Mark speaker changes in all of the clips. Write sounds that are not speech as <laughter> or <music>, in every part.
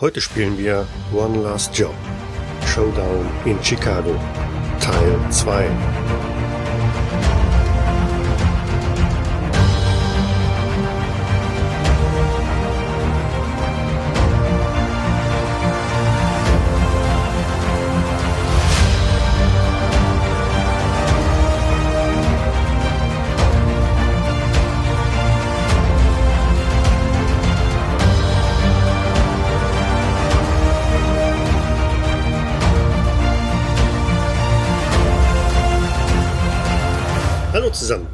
Speaker 1: Heute spielen wir One Last Job. Showdown in Chicago. Teil 2. Hallo zusammen.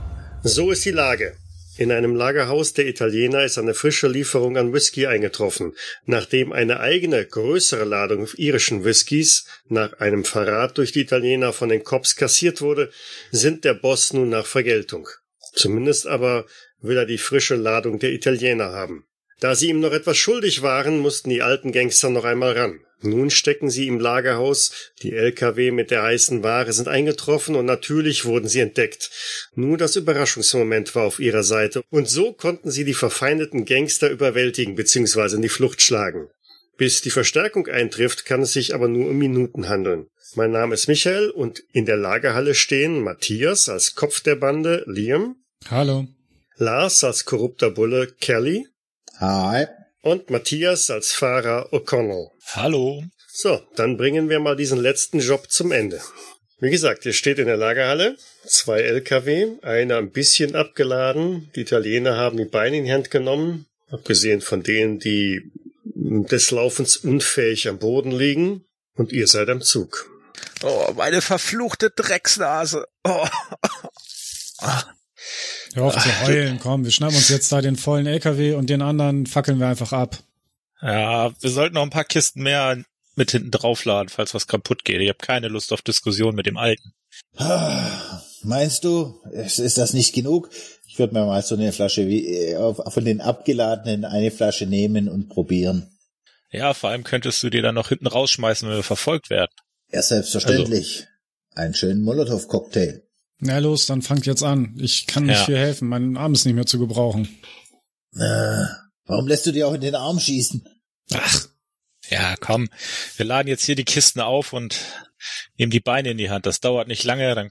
Speaker 1: So ist die Lage. In einem Lagerhaus der Italiener ist eine frische Lieferung an Whisky eingetroffen, nachdem eine eigene, größere Ladung irischen Whiskys nach einem Verrat durch die Italiener von den Cops kassiert wurde, sind der Boss nun nach Vergeltung. Zumindest aber will er die frische Ladung der Italiener haben. Da sie ihm noch etwas schuldig waren, mussten die alten Gangster noch einmal ran. Nun stecken sie im Lagerhaus, die LKW mit der heißen Ware sind eingetroffen und natürlich wurden sie entdeckt. Nur das Überraschungsmoment war auf ihrer Seite und so konnten sie die verfeindeten Gangster überwältigen bzw. in die Flucht schlagen. Bis die Verstärkung eintrifft, kann es sich aber nur um Minuten handeln. Mein Name ist Michael und in der Lagerhalle stehen Matthias als Kopf der Bande, Liam,
Speaker 2: Hallo.
Speaker 1: Lars als korrupter Bulle, Kelly
Speaker 3: Hi.
Speaker 1: und Matthias als Fahrer O'Connell.
Speaker 2: Hallo.
Speaker 1: So, dann bringen wir mal diesen letzten Job zum Ende. Wie gesagt, ihr steht in der Lagerhalle, zwei LKW, einer ein bisschen abgeladen, die Italiener haben die Beine in die Hand genommen, abgesehen von denen, die des Laufens unfähig am Boden liegen, und ihr seid am Zug.
Speaker 4: Oh, meine verfluchte Drecksnase. Oh.
Speaker 2: Hör auf zu heulen, komm, wir schnappen uns jetzt da den vollen LKW und den anderen fackeln wir einfach ab.
Speaker 5: Ja, wir sollten noch ein paar Kisten mehr mit hinten draufladen, falls was kaputt geht. Ich habe keine Lust auf Diskussion mit dem Alten.
Speaker 3: Meinst du, es ist das nicht genug? Ich würde mir mal so eine Flasche wie, äh, auf- von den abgeladenen eine Flasche nehmen und probieren.
Speaker 5: Ja, vor allem könntest du dir dann noch hinten rausschmeißen, wenn wir verfolgt werden.
Speaker 3: Ja, selbstverständlich. Also. Einen schönen Molotow-Cocktail.
Speaker 2: Na los, dann fangt jetzt an. Ich kann nicht
Speaker 5: Ja.
Speaker 2: viel helfen, mein Arm ist nicht mehr zu gebrauchen.
Speaker 3: Äh, warum lässt du dir auch in den Arm schießen?
Speaker 5: Ach. Ja, komm. Wir laden jetzt hier die Kisten auf und nehmen die Beine in die Hand. Das dauert nicht lange, dann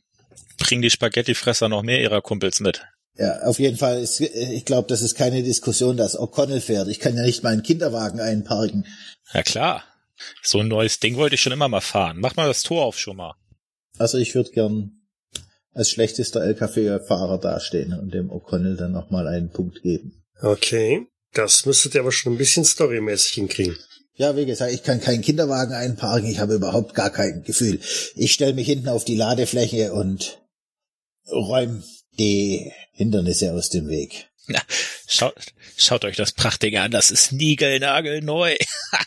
Speaker 5: bringen die Spaghettifresser noch mehr ihrer Kumpels mit.
Speaker 3: Ja, auf jeden Fall, ist, äh, ich glaube, das ist keine Diskussion, dass O'Connell fährt. Ich kann ja nicht meinen Kinderwagen einparken.
Speaker 5: Ja klar. So ein neues Ding wollte ich schon immer mal fahren. Mach mal das Tor auf schon mal.
Speaker 3: Also ich würde gern als schlechtester LKW-Fahrer dastehen und dem O'Connell dann nochmal einen Punkt geben.
Speaker 1: Okay. Das müsstet ihr aber schon ein bisschen storymäßig hinkriegen.
Speaker 3: Ja, wie gesagt, ich kann keinen Kinderwagen einparken, ich habe überhaupt gar kein Gefühl. Ich stelle mich hinten auf die Ladefläche und räume die Hindernisse aus dem Weg.
Speaker 5: Na, schaut, schaut euch das Prachtding an. Das ist niegelnagelneu. <laughs>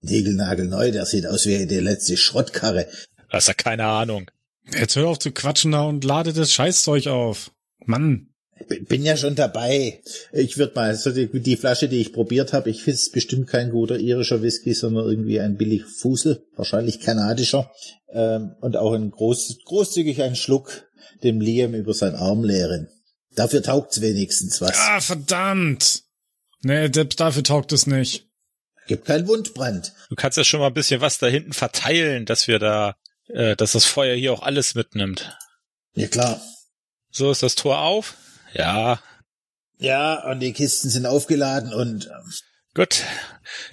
Speaker 3: Degelnagel neu, der sieht aus wie die letzte Schrottkarre.
Speaker 5: Das hat keine Ahnung.
Speaker 2: Jetzt hör auf zu quatschen da und ladet das Scheißzeug auf. Mann.
Speaker 3: B- Bin ja schon dabei. Ich würde mal, so die, die Flasche, die ich probiert habe, ich finde bestimmt kein guter irischer Whisky, sondern irgendwie ein billig Fusel, wahrscheinlich kanadischer. Ähm, und auch ein groß, großzügig einen Schluck dem Liam über seinen Arm leeren. Dafür taugt's wenigstens was.
Speaker 2: Ah, verdammt. Nee, Depp, dafür taugt es nicht.
Speaker 3: Gibt keinen Wundbrand.
Speaker 5: Du kannst ja schon mal ein bisschen was da hinten verteilen, dass wir da, äh, dass das Feuer hier auch alles mitnimmt.
Speaker 3: Ja, klar.
Speaker 5: So ist das Tor auf. Ja,
Speaker 3: Ja, und die Kisten sind aufgeladen und ähm,
Speaker 5: gut.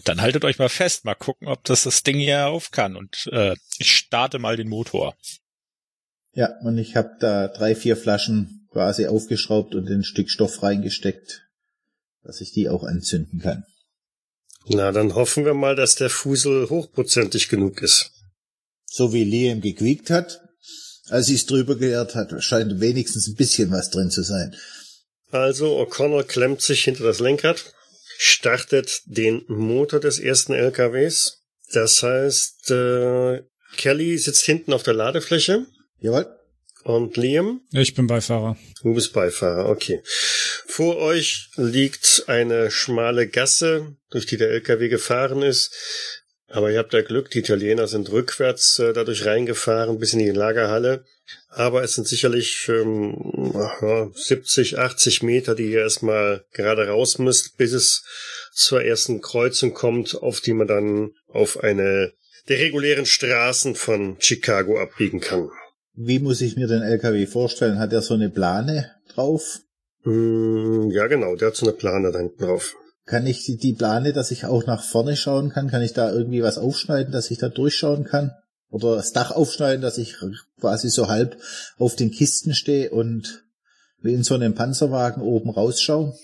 Speaker 5: Dann haltet euch mal fest, mal gucken, ob das das Ding hier auf kann. Und äh, ich starte mal den Motor.
Speaker 3: ja, und ich habe da drei, vier Flaschen quasi aufgeschraubt und ein Stück Stoff reingesteckt, dass ich die auch anzünden kann.
Speaker 1: Na, dann hoffen wir mal, dass der Fusel hochprozentig genug ist.
Speaker 3: So wie Liam gequiekt hat, als sie es drüber geleert hat, scheint wenigstens ein bisschen was drin zu sein.
Speaker 1: Also O'Connell klemmt sich hinter das Lenkrad, startet den Motor des ersten LKWs. Das heißt, äh, Kelly sitzt hinten auf der Ladefläche
Speaker 3: Jawohl.
Speaker 1: und Liam,
Speaker 2: Ich bin Beifahrer.
Speaker 1: du bist Beifahrer, okay. Vor euch liegt eine schmale Gasse, durch die der LKW gefahren ist. Aber ihr habt ja Glück, die Italiener sind rückwärts äh, dadurch reingefahren bis in die Lagerhalle. Aber es sind sicherlich ähm, aha, 70, 80 Meter, die ihr erstmal gerade raus müsst, bis es zur ersten Kreuzung kommt, auf die man dann auf eine der regulären Straßen von Chicago abbiegen kann.
Speaker 3: Wie muss ich mir den LKW vorstellen? Hat er so eine Plane drauf?
Speaker 1: Mm, ja, genau, der hat so eine Plane da hinten drauf.
Speaker 3: Kann ich die, die Plane, dass ich auch nach vorne schauen kann? Kann ich da irgendwie was aufschneiden, dass ich da durchschauen kann? Oder das Dach aufschneiden, dass ich quasi so halb auf den Kisten stehe und wie in so einem Panzerwagen oben rausschaue?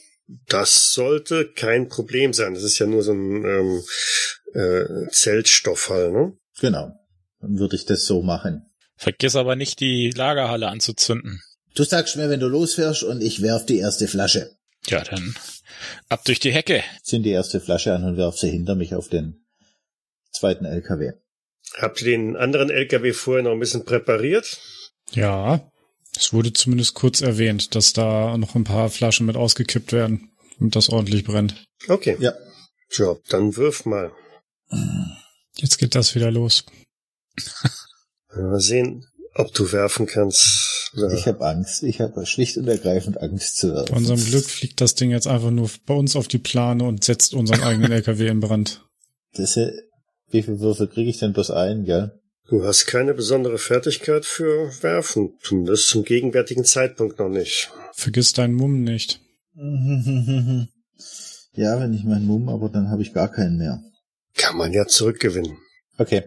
Speaker 1: Das sollte kein Problem sein. Das ist ja nur so ein ähm, äh, Zeltstoff halt, ne?
Speaker 3: Genau. Dann würde ich das so machen.
Speaker 5: Vergiss aber nicht, die Lagerhalle anzuzünden.
Speaker 3: Du sagst mir, wenn du losfährst und ich werf die erste Flasche.
Speaker 5: Ja, dann ab durch die Hecke.
Speaker 3: Zieh die erste Flasche an und werf sie hinter mich auf den zweiten LKW.
Speaker 1: Habt ihr den anderen LKW vorher noch ein bisschen präpariert?
Speaker 2: Ja, es wurde zumindest kurz erwähnt, dass da noch ein paar Flaschen mit ausgekippt werden und das ordentlich brennt.
Speaker 1: Okay.
Speaker 3: Ja.
Speaker 1: Tja, dann wirf mal.
Speaker 2: Jetzt geht das wieder los.
Speaker 1: Mal sehen, ob du werfen kannst. Ja.
Speaker 3: Ich habe Angst. Ich habe schlicht und ergreifend Angst zu
Speaker 2: Bei
Speaker 3: werfen.
Speaker 2: unserem Glück fliegt das Ding jetzt einfach nur bei uns auf die Plane und setzt unseren <laughs> eigenen LKW in Brand.
Speaker 3: Das ist ja, wie viele Würfel kriege ich denn bloß ein, gell?
Speaker 1: Du hast keine besondere Fertigkeit für Werfen. Zumindest zum gegenwärtigen Zeitpunkt noch nicht.
Speaker 2: Vergiss deinen Mumm nicht.
Speaker 3: <laughs> Ja, wenn ich meinen Mumm, aber dann habe ich gar keinen mehr.
Speaker 1: Kann man ja zurückgewinnen.
Speaker 3: Okay,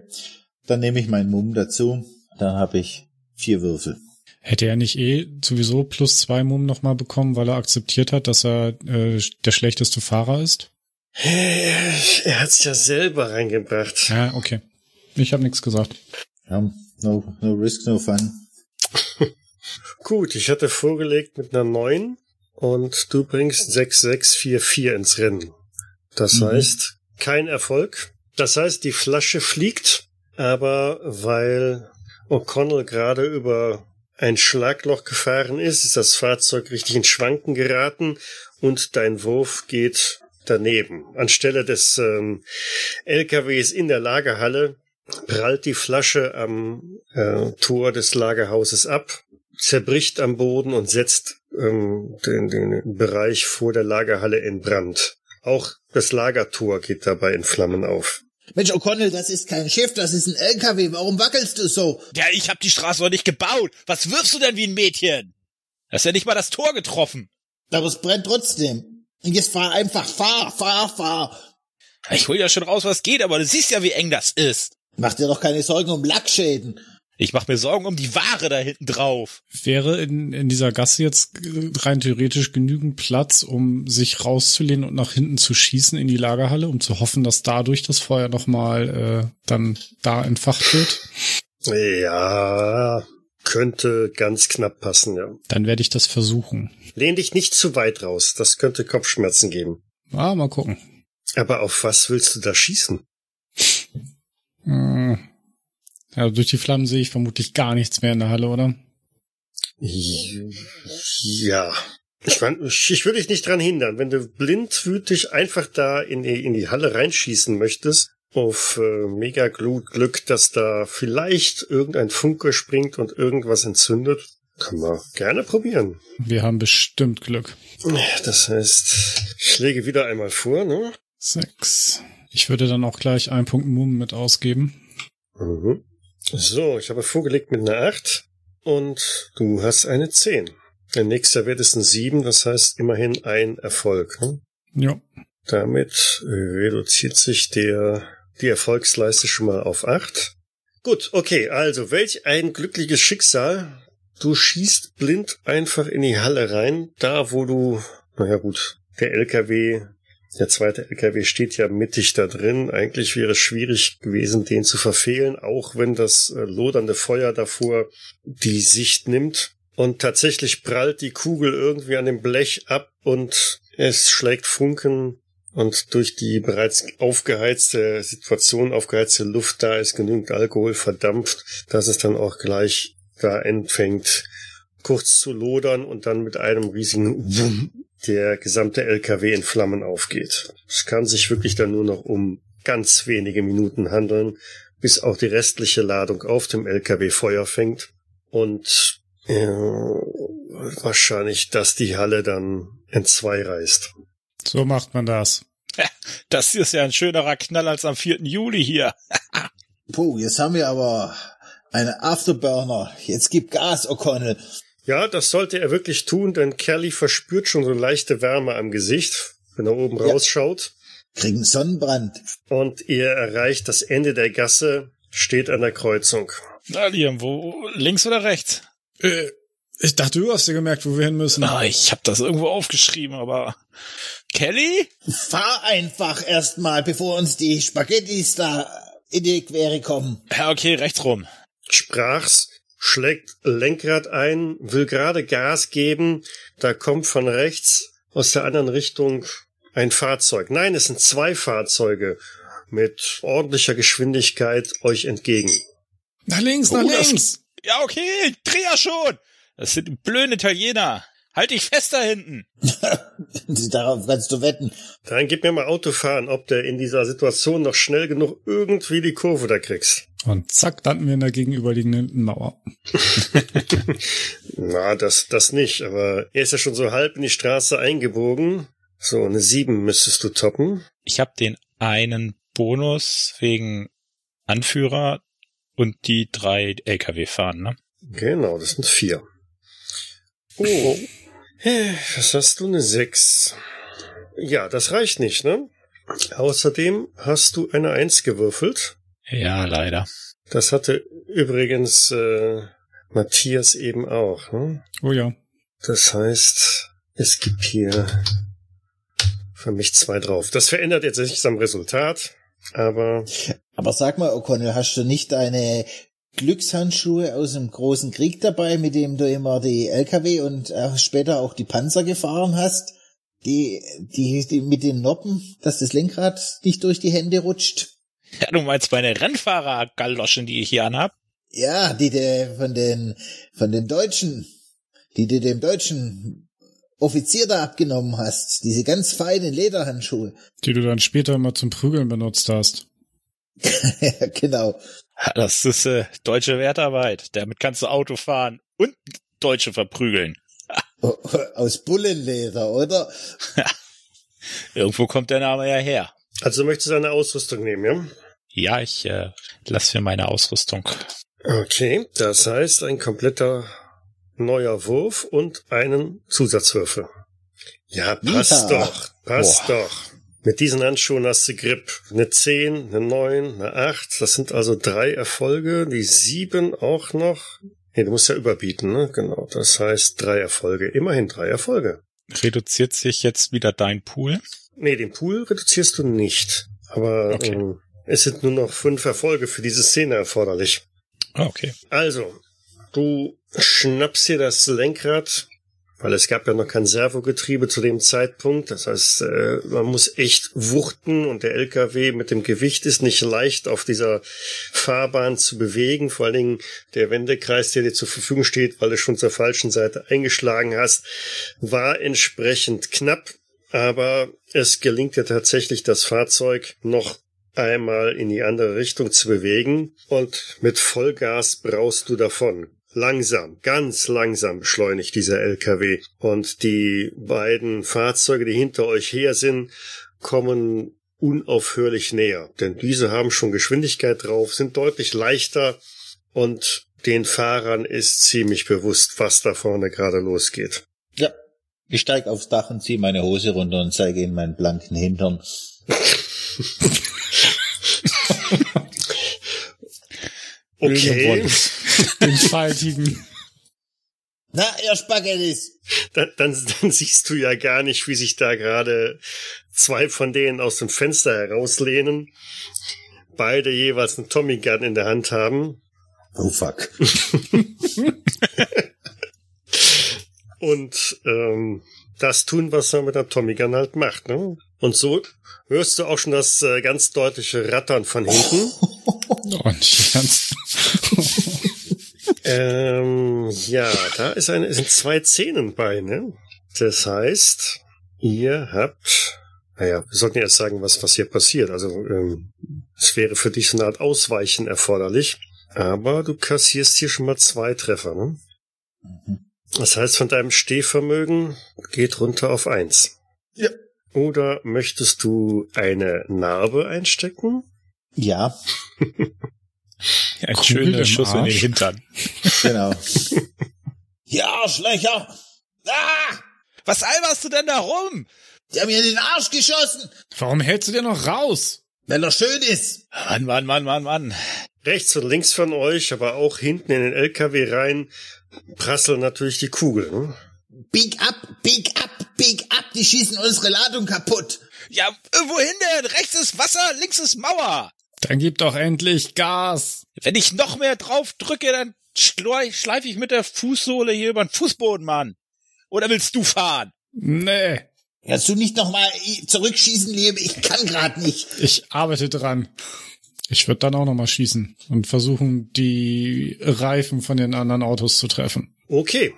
Speaker 3: dann nehme ich meinen Mumm dazu. Dann habe ich vier Würfel.
Speaker 2: Hätte er nicht eh sowieso plus zwei Mumm nochmal bekommen, weil er akzeptiert hat, dass er äh, der schlechteste Fahrer ist?
Speaker 1: Äh, Er hat's ja selber reingebracht.
Speaker 2: Ja, okay. Ich habe nichts gesagt.
Speaker 3: Ja, no, no risk, no fun.
Speaker 1: Gut, ich hatte vorgelegt mit einer 9 und du bringst 6644 ins Rennen. Das heißt, kein Erfolg. Das heißt, die Flasche fliegt, aber weil O'Connell gerade über ein Schlagloch gefahren ist, ist das Fahrzeug richtig in Schwanken geraten und dein Wurf geht daneben. Anstelle des ähm, LKWs in der Lagerhalle prallt die Flasche am äh, Tor des Lagerhauses ab zerbricht am Boden und setzt ähm, den, den Bereich vor der Lagerhalle in Brand. Auch das Lagertor geht dabei in Flammen auf.
Speaker 3: Mensch, O'Connell, das ist kein Schiff, das ist ein LKW. Warum wackelst du so?
Speaker 5: Ja, ich hab die Straße noch nicht gebaut. Was wirfst du denn wie ein Mädchen? Hast ja nicht mal das Tor getroffen.
Speaker 3: Aber es brennt trotzdem. Und jetzt fahr einfach, fahr, fahr, fahr.
Speaker 5: Ich hol ja schon raus, was geht, aber du siehst ja, wie eng das ist.
Speaker 3: Mach dir doch keine Sorgen um Lackschäden.
Speaker 5: Ich mach mir Sorgen um die Ware da hinten drauf.
Speaker 2: Wäre in, in dieser Gasse jetzt äh, rein theoretisch genügend Platz, um sich rauszulehnen und nach hinten zu schießen in die Lagerhalle, um zu hoffen, dass dadurch das Feuer nochmal äh, dann da entfacht wird?
Speaker 1: Ja, könnte ganz knapp passen, ja.
Speaker 2: Dann werde ich das versuchen.
Speaker 1: Lehn dich nicht zu weit raus, das könnte Kopfschmerzen geben.
Speaker 2: Ah, mal gucken.
Speaker 1: Aber auf was willst du da schießen?
Speaker 2: Hm. Ja, durch die Flammen sehe ich vermutlich gar nichts mehr in der Halle, oder?
Speaker 1: Ja. Ich, mein, ich ich will dich nicht dran hindern. Wenn du blindwütig einfach da in die, in die Halle reinschießen möchtest, auf äh, mega Glut Glück, dass da vielleicht irgendein Funke springt und irgendwas entzündet, kann man gerne probieren.
Speaker 2: Wir haben bestimmt Glück.
Speaker 1: Das heißt, ich lege wieder einmal vor, ne?
Speaker 2: Sechs. Ich würde dann auch gleich einen Punkt Mumm mit ausgeben.
Speaker 1: Mhm. So, ich habe vorgelegt mit einer 8 und du hast eine 10. Der nächste Wert ist ein 7, das heißt immerhin ein Erfolg. Ne?
Speaker 2: Ja.
Speaker 1: Damit reduziert sich der, die Erfolgsleiste schon mal auf acht. Gut, okay, also welch ein glückliches Schicksal. Du schießt blind einfach in die Halle rein, da wo du, naja gut, der LKW, der zweite LKW steht ja mittig da drin. Eigentlich wäre es schwierig gewesen, den zu verfehlen, auch wenn das äh, lodernde Feuer davor die Sicht nimmt. Und tatsächlich prallt die Kugel irgendwie an dem Blech ab und es schlägt Funken und durch die bereits aufgeheizte Situation, aufgeheizte Luft, da ist genügend Alkohol verdampft, dass es dann auch gleich da anfängt, kurz zu lodern und dann mit einem riesigen Wumm der gesamte LKW in Flammen aufgeht. Es kann sich wirklich dann nur noch um ganz wenige Minuten handeln, bis auch die restliche Ladung auf dem LKW Feuer fängt und äh, wahrscheinlich, dass die Halle dann entzwei reißt.
Speaker 2: So macht man das.
Speaker 5: Das ist ja ein schönerer Knall als am 4. Juli hier.
Speaker 3: Puh, jetzt haben wir aber eine Afterburner. Jetzt gib Gas, O'Connell.
Speaker 1: Ja, das sollte er wirklich tun, denn Kelly verspürt schon so leichte Wärme am Gesicht, wenn er oben
Speaker 3: Ja.
Speaker 1: rausschaut.
Speaker 3: Kriegen Sonnenbrand.
Speaker 1: Und ihr erreicht das Ende der Gasse, steht an der Kreuzung.
Speaker 5: Na, Liam, wo, links oder rechts?
Speaker 2: Äh, ich dachte, du hast dir gemerkt, wo wir hin müssen.
Speaker 5: Na, ich habe das irgendwo aufgeschrieben, aber Kelly?
Speaker 3: Fahr einfach erstmal, bevor uns die Spaghettis da in die Quere kommen. <laughs>
Speaker 5: Ja, okay, rechts rum.
Speaker 1: Sprach's, schlägt Lenkrad ein, will gerade Gas geben, da kommt von rechts aus der anderen Richtung ein Fahrzeug. Nein, es sind zwei Fahrzeuge mit ordentlicher Geschwindigkeit euch entgegen.
Speaker 2: Nach links,
Speaker 5: Oh,
Speaker 2: nach
Speaker 5: das-
Speaker 2: links.
Speaker 5: Ja, okay, ich dreh ja schon. Das sind die blöden Italiener. Halt dich fest da hinten.
Speaker 3: Darauf kannst du wetten.
Speaker 1: Dann gib mir mal Autofahren, ob der in dieser Situation noch schnell genug irgendwie die Kurve da kriegst.
Speaker 2: Und zack, landen wir in der gegenüberliegenden Mauer.
Speaker 1: Na, das, das nicht, aber er ist ja schon so halb in die Straße eingebogen. So, eine 7 müsstest du toppen.
Speaker 5: Ich habe den einen Bonus wegen Anführer und die drei LKW fahren, ne?
Speaker 1: Genau, das sind vier. Oh, was hast du? Eine sechs. Ja, das reicht nicht, ne? Außerdem hast du eine Eins gewürfelt.
Speaker 5: Ja, leider.
Speaker 1: Das hatte übrigens äh, Matthias eben auch. Ne?
Speaker 2: Oh ja.
Speaker 1: Das heißt, es gibt hier für mich zwei drauf. Das verändert jetzt nichts am Resultat, aber
Speaker 3: Aber sag mal, O'Connell, hast du nicht deine Glückshandschuhe aus dem großen Krieg dabei, mit dem du immer die LKW und äh, später auch die Panzer gefahren hast? Die, die, die mit den Noppen, dass das Lenkrad nicht durch die Hände rutscht?
Speaker 5: Ja, du meinst meine Rennfahrer-Galoschen, die ich hier anhab?
Speaker 3: Ja, die der von den, von den Deutschen, die du dem deutschen Offizier da abgenommen hast, diese ganz feinen Lederhandschuhe. <laughs>
Speaker 2: Die du dann später mal zum Prügeln benutzt hast.
Speaker 3: Ja, genau.
Speaker 5: Ja, Das ist äh, deutsche Wertarbeit. Damit kannst du Auto fahren und Deutsche verprügeln.
Speaker 3: O- Aus Bullenleder, oder?
Speaker 5: Irgendwo kommt der Name ja her.
Speaker 1: also du möchtest eine Ausrüstung nehmen, ja?
Speaker 5: Ja, ich äh, lasse mir meine Ausrüstung.
Speaker 1: Okay, das heißt ein kompletter neuer Wurf und einen Zusatzwürfel. Ja, passt
Speaker 3: Yeehaw.
Speaker 1: doch, passt doch. Mit diesen Handschuhen hast du Grip. Eine 10, eine 9, eine 8, das sind also drei Erfolge, die 7 auch noch. Nee, du musst ja überbieten, ne? Genau, das heißt drei Erfolge, immerhin drei Erfolge.
Speaker 5: Reduziert sich jetzt wieder dein Pool?
Speaker 1: Nee, den Pool reduzierst du nicht, aber
Speaker 5: Okay.
Speaker 1: ähm, es sind nur noch fünf Erfolge für diese Szene erforderlich.
Speaker 5: Ah, okay.
Speaker 1: Also, du schnappst dir das Lenkrad, weil es gab ja noch kein Servogetriebe zu dem Zeitpunkt. Das heißt, äh, man muss echt wuchten und der LKW mit dem Gewicht ist nicht leicht auf dieser Fahrbahn zu bewegen. Vor allen Dingen der Wendekreis, der dir zur Verfügung steht, weil du schon zur falschen Seite eingeschlagen hast, war entsprechend knapp. Aber es gelingt dir tatsächlich, das Fahrzeug noch einmal in die andere Richtung zu bewegen und mit Vollgas braust du davon. Langsam, ganz langsam beschleunigt dieser LKW und die beiden Fahrzeuge, die hinter euch her sind, kommen unaufhörlich näher, denn diese haben schon Geschwindigkeit drauf, sind deutlich leichter und den Fahrern ist ziemlich bewusst, was da vorne gerade losgeht.
Speaker 3: Ja. Ich steig aufs Dach und zieh meine Hose runter und zeige ihnen meinen blanken Hintern.
Speaker 1: Okay,
Speaker 5: <laughs>
Speaker 2: Den faltigen.
Speaker 3: Na, ihr Spaghettis!
Speaker 1: dann, dann, dann siehst du ja gar nicht, wie sich da gerade zwei von denen aus dem Fenster herauslehnen. Beide jeweils einen Tommy Gun in der Hand haben.
Speaker 3: Oh fuck.
Speaker 1: und ähm, das tun, was man mit der Tommy Gun halt macht. Ne? Und so hörst du auch schon das äh, ganz deutliche Rattern von hinten.
Speaker 2: Oh, nicht ganz.
Speaker 1: ähm, ja, da ist eine, sind zwei Zähnen bei. Ne? Das heißt, Ihr habt, naja, wir sollten jetzt sagen, was, was hier passiert. Also ähm, es wäre für dich so eine Art Ausweichen erforderlich. Aber du kassierst hier schon mal zwei Treffer. Ne?
Speaker 3: Mhm.
Speaker 1: Das heißt, von deinem Stehvermögen geht runter auf eins.
Speaker 3: Ja.
Speaker 1: Oder möchtest du eine Narbe einstecken?
Speaker 3: Ja,
Speaker 5: Ein
Speaker 2: Kugel
Speaker 5: schöner
Speaker 2: im
Speaker 5: Schuss in den
Speaker 2: Arsch.
Speaker 5: Hintern.
Speaker 3: genau. ja, Arschlöcher! Ah!
Speaker 5: Was alberst du denn da rum?
Speaker 3: Die haben mir in den Arsch geschossen!
Speaker 2: Warum hältst du dir noch raus?
Speaker 3: Wenn er schön ist!
Speaker 5: Mann, Mann, Mann, Mann, Mann.
Speaker 1: Rechts und links von euch, aber auch hinten in den LKW rein, prasseln natürlich die Kugeln. Ne?
Speaker 3: Big up, big up, big up! Die schießen unsere Ladung kaputt!
Speaker 5: Ja, äh, wohin denn? Rechts ist Wasser, links ist Mauer.
Speaker 2: Dann gib doch endlich Gas.
Speaker 5: Wenn ich noch mehr drauf drücke, dann schlei- schleife ich mit der Fußsohle hier über den Fußboden, Mann. Oder willst du fahren?
Speaker 2: Nee,
Speaker 3: Kannst du nicht nochmal zurückschießen, Liebe? Ich kann gerade nicht.
Speaker 2: ich arbeite dran. Ich würde dann auch noch mal schießen und versuchen, die Reifen von den anderen Autos zu treffen.
Speaker 1: Okay.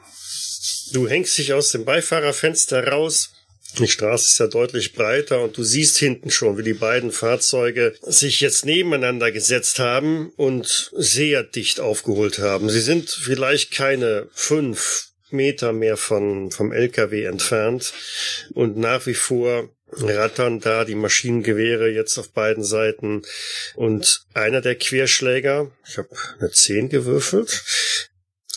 Speaker 1: Du hängst dich aus dem Beifahrerfenster raus. Die Straße ist ja deutlich breiter und du siehst hinten schon, wie die beiden Fahrzeuge sich jetzt nebeneinander gesetzt haben und sehr dicht aufgeholt haben. Sie sind vielleicht keine fünf Meter mehr von, vom LKW entfernt und nach wie vor rattern da die Maschinengewehre jetzt auf beiden Seiten und einer der Querschläger, ich habe eine 10 gewürfelt,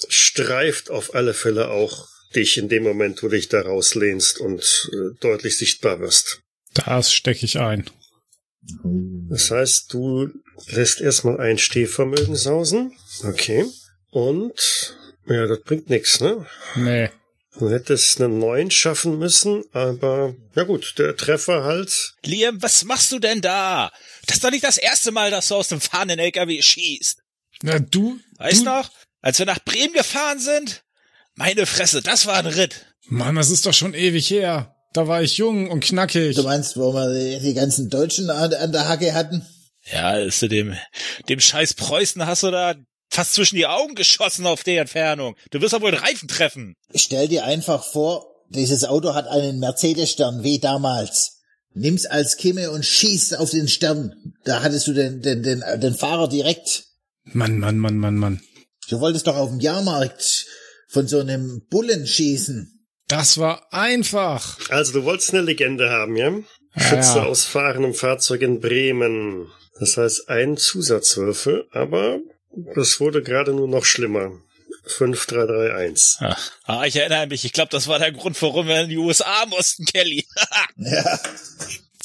Speaker 1: streift auf alle Fälle auch dich in dem Moment, wo du dich da rauslehnst und äh, deutlich sichtbar wirst.
Speaker 2: Das stecke ich ein.
Speaker 1: Das heißt, du lässt erstmal ein Stehvermögen sausen. Okay. Und ja, das bringt nichts, ne?
Speaker 2: Nee.
Speaker 1: Du hättest einen neuen schaffen müssen, aber ja gut, der Treffer halt.
Speaker 5: Liam, was machst du denn da? Das ist doch nicht das erste Mal, dass du aus dem fahrenden LKW schießt.
Speaker 2: Na, du?
Speaker 5: Weißt
Speaker 2: du?
Speaker 5: noch, als wir nach Bremen gefahren sind? Meine Fresse, das war ein Ritt.
Speaker 2: Mann, das ist doch schon ewig her. Da war ich jung und knackig.
Speaker 3: Du meinst, wo wir die ganzen Deutschen an, an der Hacke hatten?
Speaker 5: Ja, ist du dem, dem scheiß Preußen hast du da fast zwischen die Augen geschossen auf der Entfernung. Du wirst ja wohl einen Reifen treffen.
Speaker 3: Stell dir einfach vor, dieses Auto hat einen Mercedes-Stern, wie damals. Nimm's als Kimme und schieß auf den Stern. Da hattest du den, den, den, den Fahrer direkt.
Speaker 2: Mann, Mann, Mann, Mann, Mann.
Speaker 3: Du wolltest doch auf dem Jahrmarkt von so einem Bullen schießen. <laughs>
Speaker 2: Das war einfach.
Speaker 1: Also du wolltest eine Legende haben, ja? Schütze
Speaker 2: ja.
Speaker 1: aus fahrendem Fahrzeug in Bremen. Das heißt, ein Zusatzwürfel, aber das wurde gerade nur noch schlimmer. 5331.
Speaker 5: Ah, ich erinnere mich, ich glaube, das war der Grund, warum wir in die USA mussten, Kelly.
Speaker 3: Ja.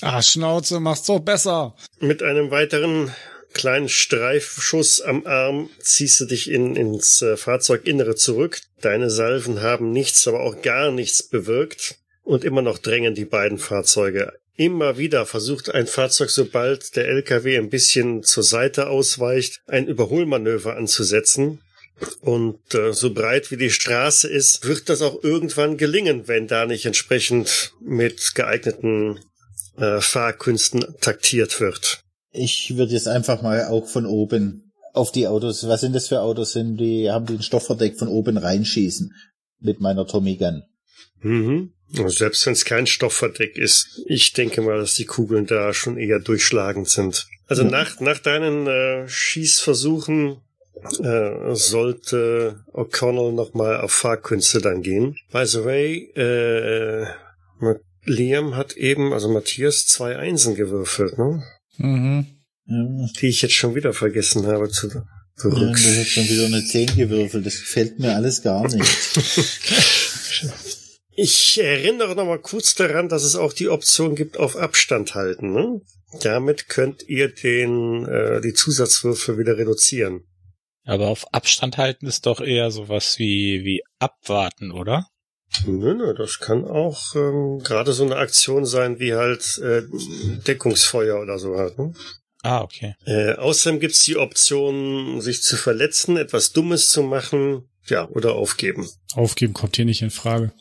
Speaker 2: Ah, Schnauze, mach's doch besser.
Speaker 1: Mit einem weiteren kleinen Streifschuss am Arm ziehst du dich in, ins äh, Fahrzeuginnere zurück. Deine Salven haben nichts, aber auch gar nichts bewirkt. Und immer noch drängen die beiden Fahrzeuge. Immer wieder versucht ein Fahrzeug, sobald der LKW ein bisschen zur Seite ausweicht, ein Überholmanöver anzusetzen. Und äh, so breit wie die Straße ist, wird das auch irgendwann gelingen, wenn da nicht entsprechend mit geeigneten äh, Fahrkünsten taktiert wird.
Speaker 3: Ich würde jetzt einfach mal auch von oben auf die Autos, was sind das für Autos, sind die, haben die ein Stoffverdeck von oben reinschießen mit meiner Tommy Gun.
Speaker 1: Mhm. Also Selbst wenn es kein Stoffverdeck ist. Ich denke mal, dass die Kugeln da schon eher durchschlagend sind. Also nach, nach deinen äh, Schießversuchen äh, sollte O'Connell nochmal auf Fahrkünste dann gehen. By the way, äh, Ma- Liam hat eben, also Matthias, zwei Einsen gewürfelt, ne?
Speaker 2: Mhm.
Speaker 3: Ja,
Speaker 1: die ich jetzt schon wieder vergessen habe zu
Speaker 3: Ja, Hm, das hat
Speaker 1: berücksichtigen.
Speaker 3: schon wieder eine 10 gewürfelt. Das gefällt mir alles gar nicht.
Speaker 1: Ich erinnere noch mal kurz daran, dass es auch die Option gibt auf Abstand halten. Ne? Damit könnt ihr den äh, die Zusatzwürfe wieder reduzieren.
Speaker 5: Aber auf Abstand halten ist doch eher sowas wie, wie abwarten, oder?
Speaker 1: Nö, nö, das kann auch ähm, gerade so eine Aktion sein wie halt äh, Deckungsfeuer oder so halt. Ne?
Speaker 5: Ah, okay.
Speaker 1: Äh, außerdem gibt's die Option, sich zu verletzen, etwas Dummes zu machen, ja oder aufgeben.
Speaker 2: Aufgeben kommt hier nicht in Frage.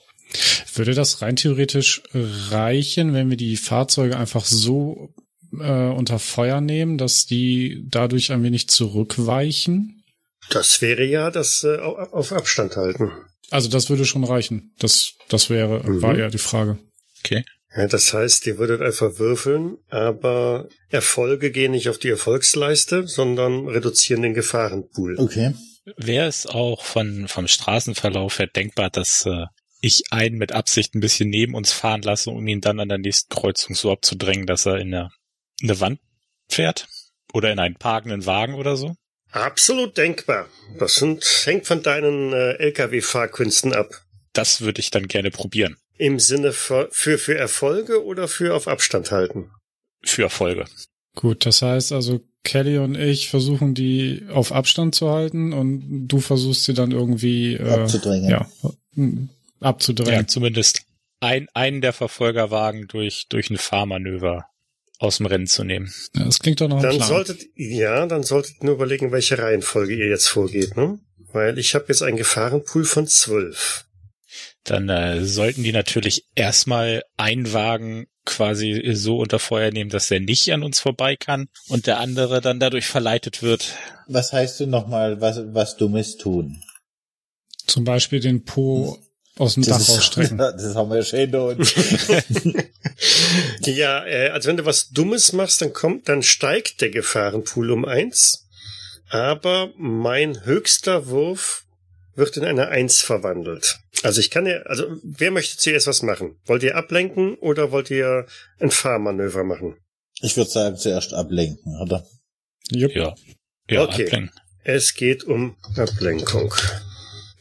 Speaker 2: Würde das rein theoretisch reichen, wenn wir die Fahrzeuge einfach so äh, unter Feuer nehmen, dass die dadurch ein wenig zurückweichen?
Speaker 1: Das wäre ja das äh, au- auf Abstand halten.
Speaker 2: Also das würde schon reichen. Das, das wäre,
Speaker 1: Mhm.
Speaker 2: war ja die Frage.
Speaker 5: Okay.
Speaker 1: Ja, das heißt, ihr würdet einfach würfeln, aber Erfolge gehen nicht auf die Erfolgsleiste, sondern reduzieren den Gefahrenpool.
Speaker 3: Okay.
Speaker 5: Wäre es auch von, vom Straßenverlauf her denkbar, dass äh, ich einen mit Absicht ein bisschen neben uns fahren lasse, um ihn dann an der nächsten Kreuzung so abzudrängen, dass er in eine, in eine Wand fährt? Oder in einen parkenden Wagen oder so?
Speaker 1: Absolut denkbar. Das sind, hängt von deinen äh, Lkw-Fahrkünsten ab.
Speaker 5: Das würde ich dann gerne probieren.
Speaker 1: Im Sinne für, für, für Erfolge oder für auf Abstand halten?
Speaker 5: Für Erfolge.
Speaker 2: Gut, das heißt also, Kelly und ich versuchen die auf Abstand zu halten und du versuchst sie dann irgendwie äh,
Speaker 3: Abzudrängen.
Speaker 2: Ja, m,
Speaker 5: Ja,
Speaker 2: abzudrängen.
Speaker 5: zumindest ein, einen der Verfolgerwagen durch, durch ein Fahrmanöver aus dem Rennen zu nehmen.
Speaker 2: Ja. Das klingt doch noch ein
Speaker 1: Dann
Speaker 2: Plan.
Speaker 1: solltet, ja, dann solltet ihr nur überlegen, welche Reihenfolge ihr jetzt vorgeht, ne? Weil ich habe jetzt einen Gefahrenpool von zwölf.
Speaker 5: Dann äh, sollten die natürlich erstmal einen Wagen quasi so unter Feuer nehmen, dass der nicht an uns vorbei kann und der andere dann dadurch verleitet wird.
Speaker 3: Was heißt du nochmal, was, was Dummes tun?
Speaker 2: Zum Beispiel den Po aus dem Dach
Speaker 3: <laughs>
Speaker 2: rausstrecken.
Speaker 3: das haben wir schon hinter uns.
Speaker 1: <laughs> Ja, äh, also wenn du was Dummes machst, dann kommt, dann steigt der Gefahrenpool um eins. Aber mein höchster Wurf wird in eine Eins verwandelt. Also ich kann ja, also wer möchte zuerst was machen? Wollt ihr ablenken oder wollt ihr ein Fahrmanöver machen?
Speaker 3: Ich würde sagen, zuerst ablenken, oder?
Speaker 2: Jupp.
Speaker 5: Ja. Ja,
Speaker 1: Okay.
Speaker 5: ablenken. <laughs>
Speaker 1: Es geht um Ablenkung.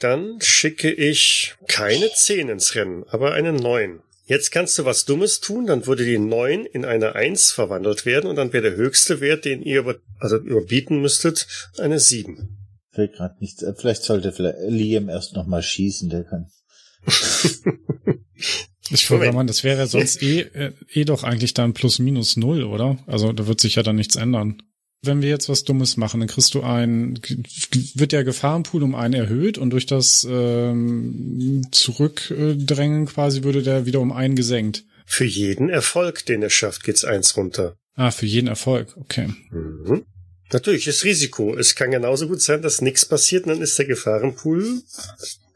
Speaker 1: Dann schicke ich keine 10 ins Rennen, aber eine 9. Jetzt kannst du was Dummes tun, dann würde die 9 in eine 1 verwandelt werden und dann wäre der höchste Wert, den ihr über, also überbieten müsstet, eine 7.
Speaker 3: Fällt gerade nichts. äh, Vielleicht sollte vielleicht Liam erst nochmal schießen, der kann.
Speaker 2: Ich würde
Speaker 1: Moment.
Speaker 2: mal, das wäre sonst eh, äh, eh doch eigentlich dann plus minus null, oder? Also da wird sich ja dann nichts ändern. Wenn wir jetzt was Dummes machen, dann kriegst du einen, wird der Gefahrenpool um einen erhöht und durch das ähm, Zurückdrängen quasi würde der wieder um einen gesenkt.
Speaker 1: Für jeden Erfolg, den er schafft, geht's 1 runter.
Speaker 2: Ah, für jeden Erfolg, okay.
Speaker 1: Mhm. Natürlich ist Risiko. Es kann genauso gut sein, dass nichts passiert und dann ist der Gefahrenpool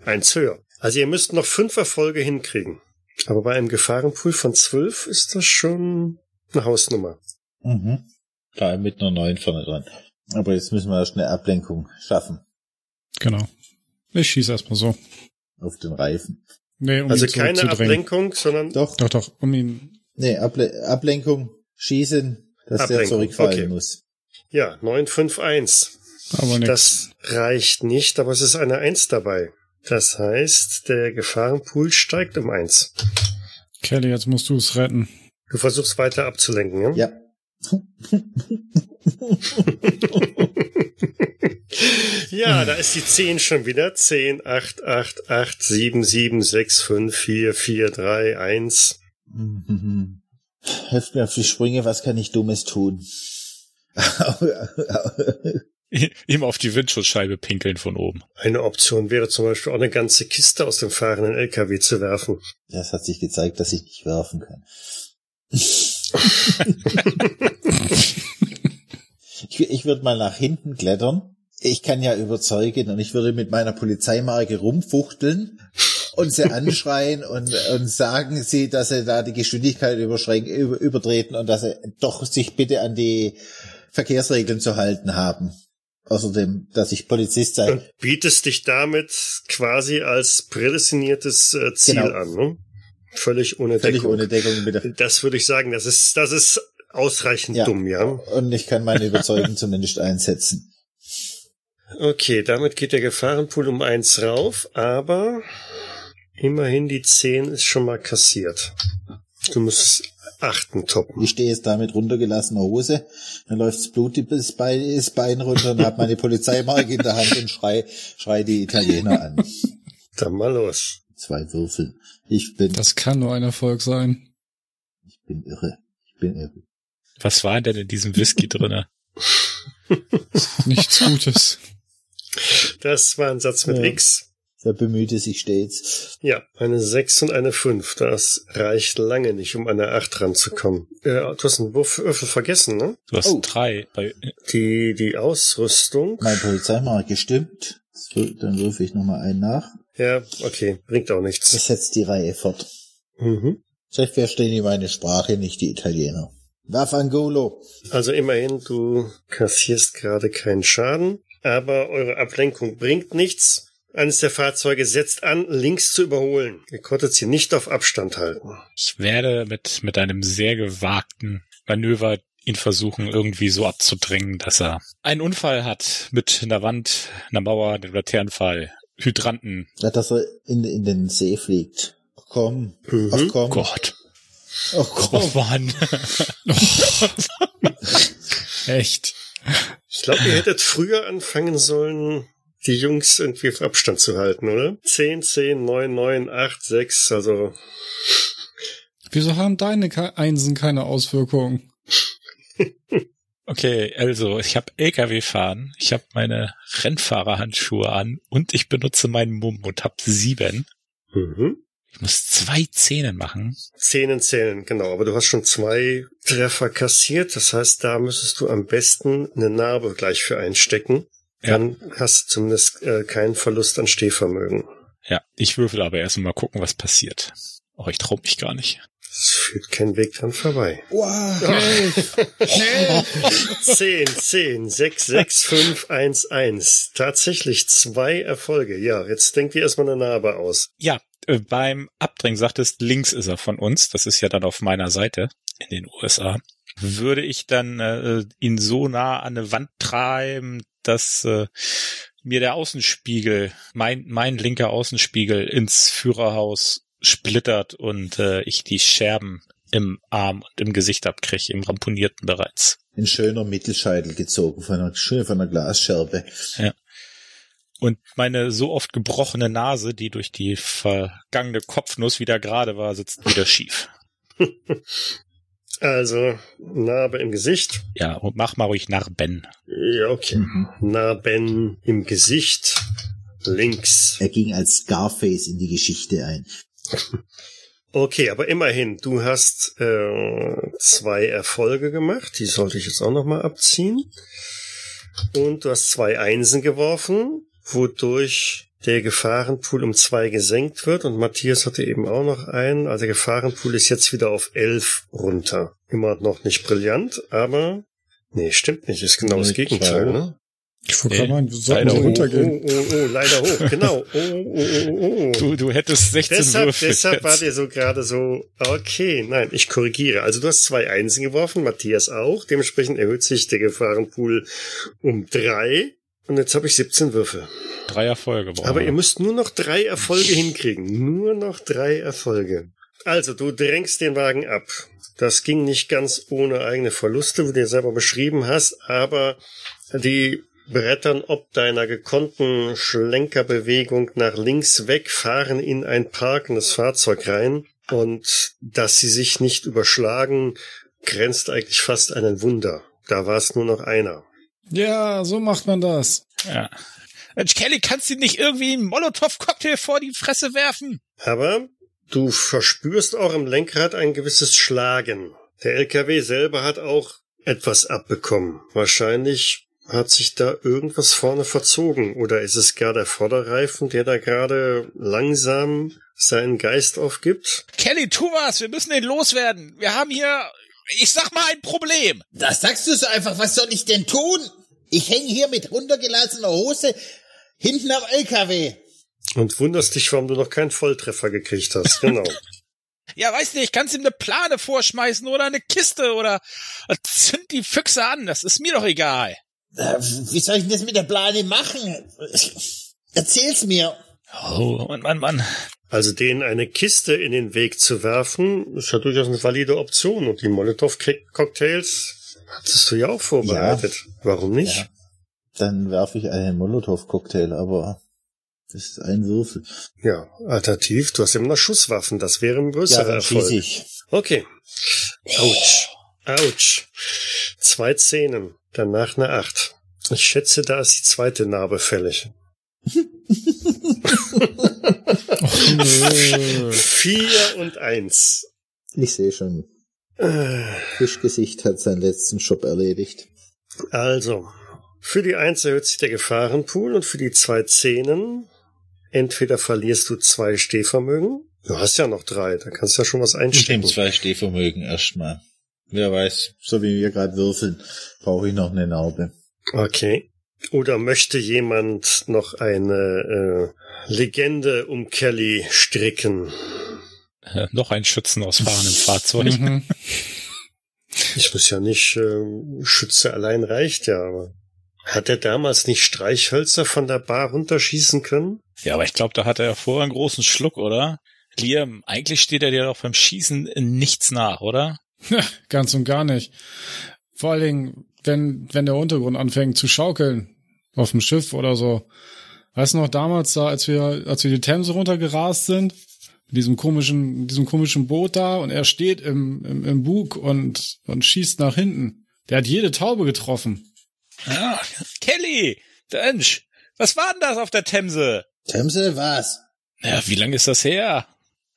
Speaker 1: 1 höher. Also ihr müsst noch 5 Erfolge hinkriegen. Aber bei einem Gefahrenpool von 12 ist das schon eine Hausnummer.
Speaker 3: Mhm. Da mit einer 9 vorne dran. Aber jetzt müssen wir erst eine Ablenkung schaffen.
Speaker 2: Genau. Ich schieße erstmal so.
Speaker 3: Auf den Reifen.
Speaker 2: Nee, um
Speaker 1: also
Speaker 2: ihn
Speaker 1: keine
Speaker 2: zurückzudrängen.
Speaker 1: Ablenkung, sondern
Speaker 3: Doch.
Speaker 2: Doch, doch, um ihn.
Speaker 3: Nee, Able Ablenkung, schießen, dass der
Speaker 1: Ablenkung,
Speaker 3: zurückfallen
Speaker 1: okay.
Speaker 3: muss.
Speaker 1: ja, 951.
Speaker 2: Aber nix.
Speaker 1: Das reicht nicht, aber es ist eine 1 dabei. Das heißt, der Gefahrenpool steigt um 1.
Speaker 2: Kelly, jetzt musst du es retten.
Speaker 1: Du versuchst weiter abzulenken, ja?
Speaker 3: Ja. <laughs>
Speaker 1: ja, da ist die 10 schon wieder. 10, 8, 8, 8, 7, 7, 6, 5, 4, 4, 3, 1.
Speaker 3: Mhm. Helft mir auf die Sprünge, was kann ich Dummes tun? <laughs>
Speaker 5: Ihm auf die Windschutzscheibe pinkeln von oben.
Speaker 1: Eine Option wäre zum Beispiel auch eine ganze Kiste aus dem fahrenden LKW zu werfen.
Speaker 3: das hat sich gezeigt, dass ich nicht werfen kann. ich ich würde mal nach hinten klettern. Ich kann ja überzeugen und ich würde mit meiner Polizeimarke rumfuchteln und sie anschreien und, und sagen sie, dass sie da die Geschwindigkeit überschränken, über, übertreten und dass sie doch sich bitte an die Verkehrsregeln zu halten haben. Außerdem, dass ich Polizist sei.
Speaker 1: Und bietest dich damit quasi als prädestiniertes äh, Ziel
Speaker 3: Genau.
Speaker 1: an, ne? Völlig ohne
Speaker 3: Völlig
Speaker 1: Deckung.
Speaker 3: ohne Deckung mit der
Speaker 1: Das würde ich sagen, das ist, das ist ausreichend
Speaker 3: Ja.
Speaker 1: dumm, ja?
Speaker 3: Und ich kann meine Überzeugung zumindest einsetzen.
Speaker 1: Okay, damit geht der Gefahrenpool um eins rauf, aber immerhin die 10 ist schon mal kassiert. Du musst achten toppen.
Speaker 3: Ich stehe jetzt da mit runtergelassener Hose, dann läuft das Blut das Bein, das Bein runter und habe meine Polizeimarke in der Hand und schrei, schrei die Italiener an.
Speaker 1: Dann mal los.
Speaker 3: Zwei Würfel. Ich bin,
Speaker 2: Das kann nur ein Erfolg sein.
Speaker 3: ich bin irre. Ich bin irre.
Speaker 5: Was war denn in diesem Whisky drinne?
Speaker 2: Nichts Gutes. <laughs>
Speaker 1: Das war ein Satz mit
Speaker 3: Ja.
Speaker 1: X.
Speaker 3: Er bemühte sich stets.
Speaker 1: Ja, eine 6 und eine 5. Das reicht lange nicht, um an der 8 ranzukommen. Äh, du hast einen Wurf- Würfel vergessen, ne?
Speaker 5: Du hast
Speaker 3: Oh.
Speaker 5: drei. Bei,
Speaker 1: Die, die Ausrüstung.
Speaker 3: Meine Polizeimarke stimmt. So, dann würfe ich nochmal einen nach.
Speaker 1: Ja, okay, bringt auch nichts.
Speaker 3: Das setzt die Reihe fort.
Speaker 1: Mhm.
Speaker 3: Chef verstehen die meine Sprache nicht, die Italiener. Waffangolo.
Speaker 1: Also immerhin, du kassierst gerade keinen Schaden, aber eure Ablenkung bringt nichts. Eines der Fahrzeuge setzt an, links zu überholen. Ihr konntet sie nicht auf Abstand halten.
Speaker 5: Ich werde mit, mit einem sehr gewagten Manöver ihn versuchen, irgendwie so abzudrängen, dass er einen Unfall hat mit einer Wand, einer Mauer, einem Laternenfall, Hydranten.
Speaker 3: Ja, dass er in, in den See fliegt. Ach komm.
Speaker 1: Mhm.
Speaker 3: Ach komm.
Speaker 5: Gott.
Speaker 3: Ach
Speaker 5: Oh
Speaker 3: komm.
Speaker 5: Mann.
Speaker 2: Echt.
Speaker 1: Ich glaube, ihr hättet früher anfangen sollen, die Jungs irgendwie auf Abstand zu halten, oder? 10, 10, 9, 9, 8, 6, also
Speaker 2: Wieso haben deine Ke- Einsen keine Auswirkungen?
Speaker 5: Okay, also ich habe LKW fahren, ich habe meine Rennfahrerhandschuhe an und ich benutze meinen Mumm und habe sieben.
Speaker 1: mhm.
Speaker 5: Ich muss zwei Zähnen machen.
Speaker 1: Zähnen zählen, genau. Aber du hast schon zwei Treffer kassiert. Das heißt, da müsstest du am besten eine Narbe gleich für einstecken.
Speaker 5: Ja.
Speaker 1: Dann hast du zumindest äh, keinen Verlust an Stehvermögen.
Speaker 5: Ja, ich würfel aber erst mal gucken, was passiert. Oh, ich trau mich gar nicht.
Speaker 1: Es führt kein Weg dran vorbei.
Speaker 3: Wow.
Speaker 1: <laughs>
Speaker 2: Nee.
Speaker 1: 10, 10, 6, 6, 5, 1, 1. Tatsächlich zwei Erfolge. Ja, jetzt denkt ihr erstmal eine Narbe aus.
Speaker 5: Ja, äh, beim Abdrängen sagtest, links ist er von uns. Das ist ja dann auf meiner Seite in den USA. Würde ich dann äh, ihn so nah an eine Wand treiben, dass äh, mir der Außenspiegel, mein, mein linker Außenspiegel ins Führerhaus splittert und äh, ich die Scherben im Arm und im Gesicht abkriege, im ramponierten bereits.
Speaker 3: Ein schöner Mittelscheitel gezogen von einer, schön von einer Glasscherbe.
Speaker 5: Und meine so oft gebrochene Nase, die durch die vergangene Kopfnuss wieder gerade war, sitzt wieder schief.
Speaker 1: Also, Narbe im Gesicht.
Speaker 5: Ja, und mach mal ruhig nach Ben.
Speaker 1: Ja, okay.
Speaker 3: Mhm.
Speaker 1: Narben im Gesicht. Links.
Speaker 3: Er ging als Scarface in die Geschichte ein.
Speaker 1: Okay, aber immerhin, du hast äh, zwei Erfolge gemacht. Die sollte ich jetzt auch nochmal abziehen. Und du hast zwei Einsen geworfen, wodurch der Gefahrenpool um zwei gesenkt wird. Und Matthias hatte eben auch noch einen. Also der Gefahrenpool ist jetzt wieder auf elf runter. Immer noch nicht brillant, aber... Nee, stimmt nicht. Ist genau das
Speaker 3: Neutral.
Speaker 1: Gegenteil, ne?
Speaker 2: Ich wollte
Speaker 5: Nee,
Speaker 2: gerade meinen, wir sollten
Speaker 5: leider
Speaker 2: so
Speaker 5: hoch.
Speaker 2: runtergehen.
Speaker 1: Oh, oh, oh, leider hoch, genau. Oh, oh, oh, oh, oh.
Speaker 5: Du, du hättest 16
Speaker 1: Deshalb,
Speaker 5: Würfel
Speaker 1: deshalb
Speaker 5: jetzt.
Speaker 1: war dir so gerade so, okay, nein, ich korrigiere. Also du hast zwei Einsen geworfen, Matthias auch. Dementsprechend erhöht sich der Gefahrenpool um drei. Und jetzt habe ich 17 Würfel.
Speaker 5: Drei Erfolge brauchen
Speaker 1: Aber
Speaker 5: wir.
Speaker 1: ihr müsst nur noch drei Erfolge hinkriegen. Nur noch drei Erfolge. Also, du drängst den Wagen ab. Das ging nicht ganz ohne eigene Verluste, wie du ja selber beschrieben hast, aber die brettern ob deiner gekonnten Schlenkerbewegung nach links weg, fahren in ein parkendes Fahrzeug rein und dass sie sich nicht überschlagen, grenzt eigentlich fast an ein Wunder. Da war es nur noch einer.
Speaker 2: Ja, so macht man das. <laughs>
Speaker 5: ja. Mensch, Kelly, kannst du nicht irgendwie einen Molotow-Cocktail vor die Fresse werfen?
Speaker 1: Aber du verspürst auch im Lenkrad ein gewisses Schlagen. Der LKW selber hat auch etwas abbekommen. Wahrscheinlich hat sich da irgendwas vorne verzogen oder ist es gar der Vorderreifen, der da gerade langsam seinen Geist aufgibt?
Speaker 5: Kelly, tu was, wir müssen den loswerden. Wir haben hier, ich sag mal, ein Problem.
Speaker 3: Da sagst du so einfach, was soll ich denn tun? Ich hänge hier mit runtergelassener Hose hinten am LKW.
Speaker 1: Und wunderst dich, warum du noch keinen Volltreffer gekriegt
Speaker 3: <laughs>
Speaker 1: hast. Genau.
Speaker 5: Ja, weiß nicht, kannst ihm eine Plane vorschmeißen oder eine Kiste oder zünd die Füchse an, das ist mir doch egal.
Speaker 3: Äh, Wie soll ich denn das mit der Plane machen? Erzähl's mir.
Speaker 5: Oh, Mann, Mann, Mann.
Speaker 1: Also denen eine Kiste in den Weg zu werfen, ist ja durchaus eine valide Option. Und die Molotow-Cocktails hattest du ja auch vorbereitet. Warum nicht?
Speaker 3: Ja. Dann werfe ich einen Molotow-Cocktail, aber das ist ein Würfel.
Speaker 1: Ja, alternativ, du hast immer noch Schusswaffen, das wäre ein größerer Erfolg.
Speaker 3: ich.
Speaker 1: Okay. Autsch. Autsch. Zwei Zähnen, danach eine Acht. Ich schätze, da ist die zweite Narbe fällig.
Speaker 2: Oh,
Speaker 1: Vier und eins.
Speaker 3: Ich sehe schon,
Speaker 1: Äh,
Speaker 3: Fischgesicht hat seinen letzten Job erledigt.
Speaker 1: Also, für die Eins erhöht sich der Gefahrenpool und für die zwei Zähnen entweder verlierst du zwei Stehvermögen Du hast ja noch drei, da kannst du ja schon was einstecken.
Speaker 3: Stimmt, zwei Stehvermögen erstmal. Wer weiß, so wie wir gerade würfeln, brauche ich noch eine Narbe.
Speaker 1: Okay. Oder möchte jemand noch eine äh, Legende um Kelly stricken?
Speaker 5: Äh, noch ein Schützen aus
Speaker 1: <laughs>
Speaker 5: fahrendem Fahrzeug.
Speaker 2: Mhm.
Speaker 1: Ich muss ja nicht, äh, Schütze allein reicht ja, aber. Hat er damals nicht Streichhölzer von der Bar runterschießen können?
Speaker 5: Ja, aber ich glaube, da hatte er vorher einen großen Schluck, oder? Liam, eigentlich steht er dir doch beim Schießen in nichts nach, oder?
Speaker 2: Ganz und gar nicht. Vor allen Dingen, wenn, wenn der Untergrund anfängt zu schaukeln, auf dem Schiff oder so. Weißt du noch damals da, als wir, als wir die Themse runtergerast sind, mit diesem komischen, mit diesem komischen Boot da und er steht im, im, im Bug und, und schießt nach hinten. Der hat jede Taube getroffen.
Speaker 5: Ah, Kelly! Mensch! Was war denn das auf der Themse?
Speaker 3: Themse, was?
Speaker 5: Ja, wie lange ist das her?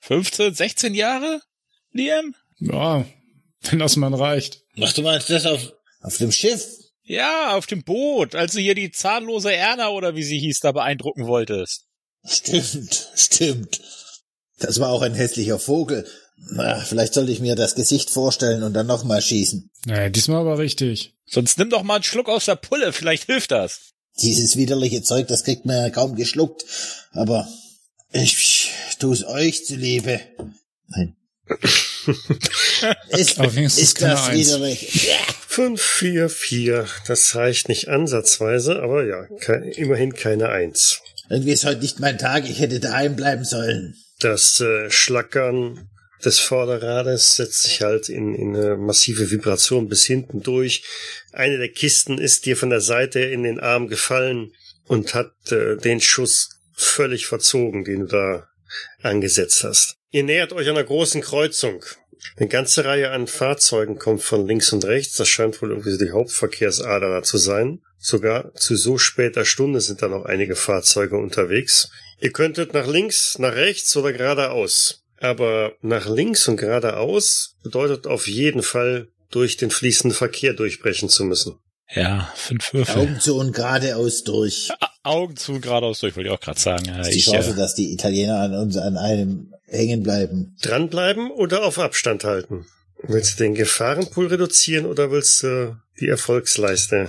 Speaker 5: 15, 16 Jahre? Liam?
Speaker 2: Ja, <laughs> wenn das mal reicht.
Speaker 3: Mach du mal das auf, auf dem Schiff?
Speaker 5: Ja, auf dem Boot, als du hier die zahnlose Erna oder wie sie hieß, da beeindrucken wolltest.
Speaker 3: Stimmt, stimmt. Das war auch ein hässlicher Vogel. Na, vielleicht sollte ich mir das Gesicht vorstellen und dann nochmal schießen.
Speaker 2: Naja, diesmal aber richtig.
Speaker 5: Sonst nimm doch mal einen Schluck aus der Pulle, vielleicht hilft das.
Speaker 3: Dieses widerliche Zeug, das kriegt man ja kaum geschluckt. Aber ich tu's euch zuliebe.
Speaker 2: <laughs>
Speaker 3: Nein. ist
Speaker 2: Aber wenigstens
Speaker 3: ist
Speaker 2: keine
Speaker 3: das
Speaker 2: Eins.
Speaker 3: widerlich?
Speaker 1: 5, 4, 4. Das reicht nicht ansatzweise, aber ja, ke immerhin keine Eins.
Speaker 3: Irgendwie ist heute nicht mein Tag, ich hätte daheim bleiben sollen.
Speaker 1: Das äh, Schlackern des Vorderrades setzt sich halt in, in eine massive Vibration bis hinten durch. Eine der Kisten ist dir von der Seite in den Arm gefallen und hat äh, den Schuss völlig verzogen, den du da angesetzt hast. Ihr nähert euch einer großen Kreuzung. Eine ganze Reihe an Fahrzeugen kommt von links und rechts. Das scheint wohl irgendwie so die Hauptverkehrsader da zu sein. Sogar zu so später Stunde sind da noch einige Fahrzeuge unterwegs. Ihr könntet nach links, nach rechts oder geradeaus. Aber nach links und geradeaus bedeutet auf jeden Fall, durch den fließenden Verkehr durchbrechen zu müssen.
Speaker 5: Ja, fünf Würfel.
Speaker 3: Augen zu und geradeaus durch.
Speaker 5: Augen, zu, geradeaus durch, wollte ich auch gerade sagen. Ja,
Speaker 3: ist die
Speaker 5: ich,
Speaker 3: Chance,
Speaker 5: äh,
Speaker 3: dass die Italiener an uns an einem hängen bleiben.
Speaker 1: Dranbleiben oder auf Abstand halten? Willst du den Gefahrenpool reduzieren oder willst du die Erfolgsleiste?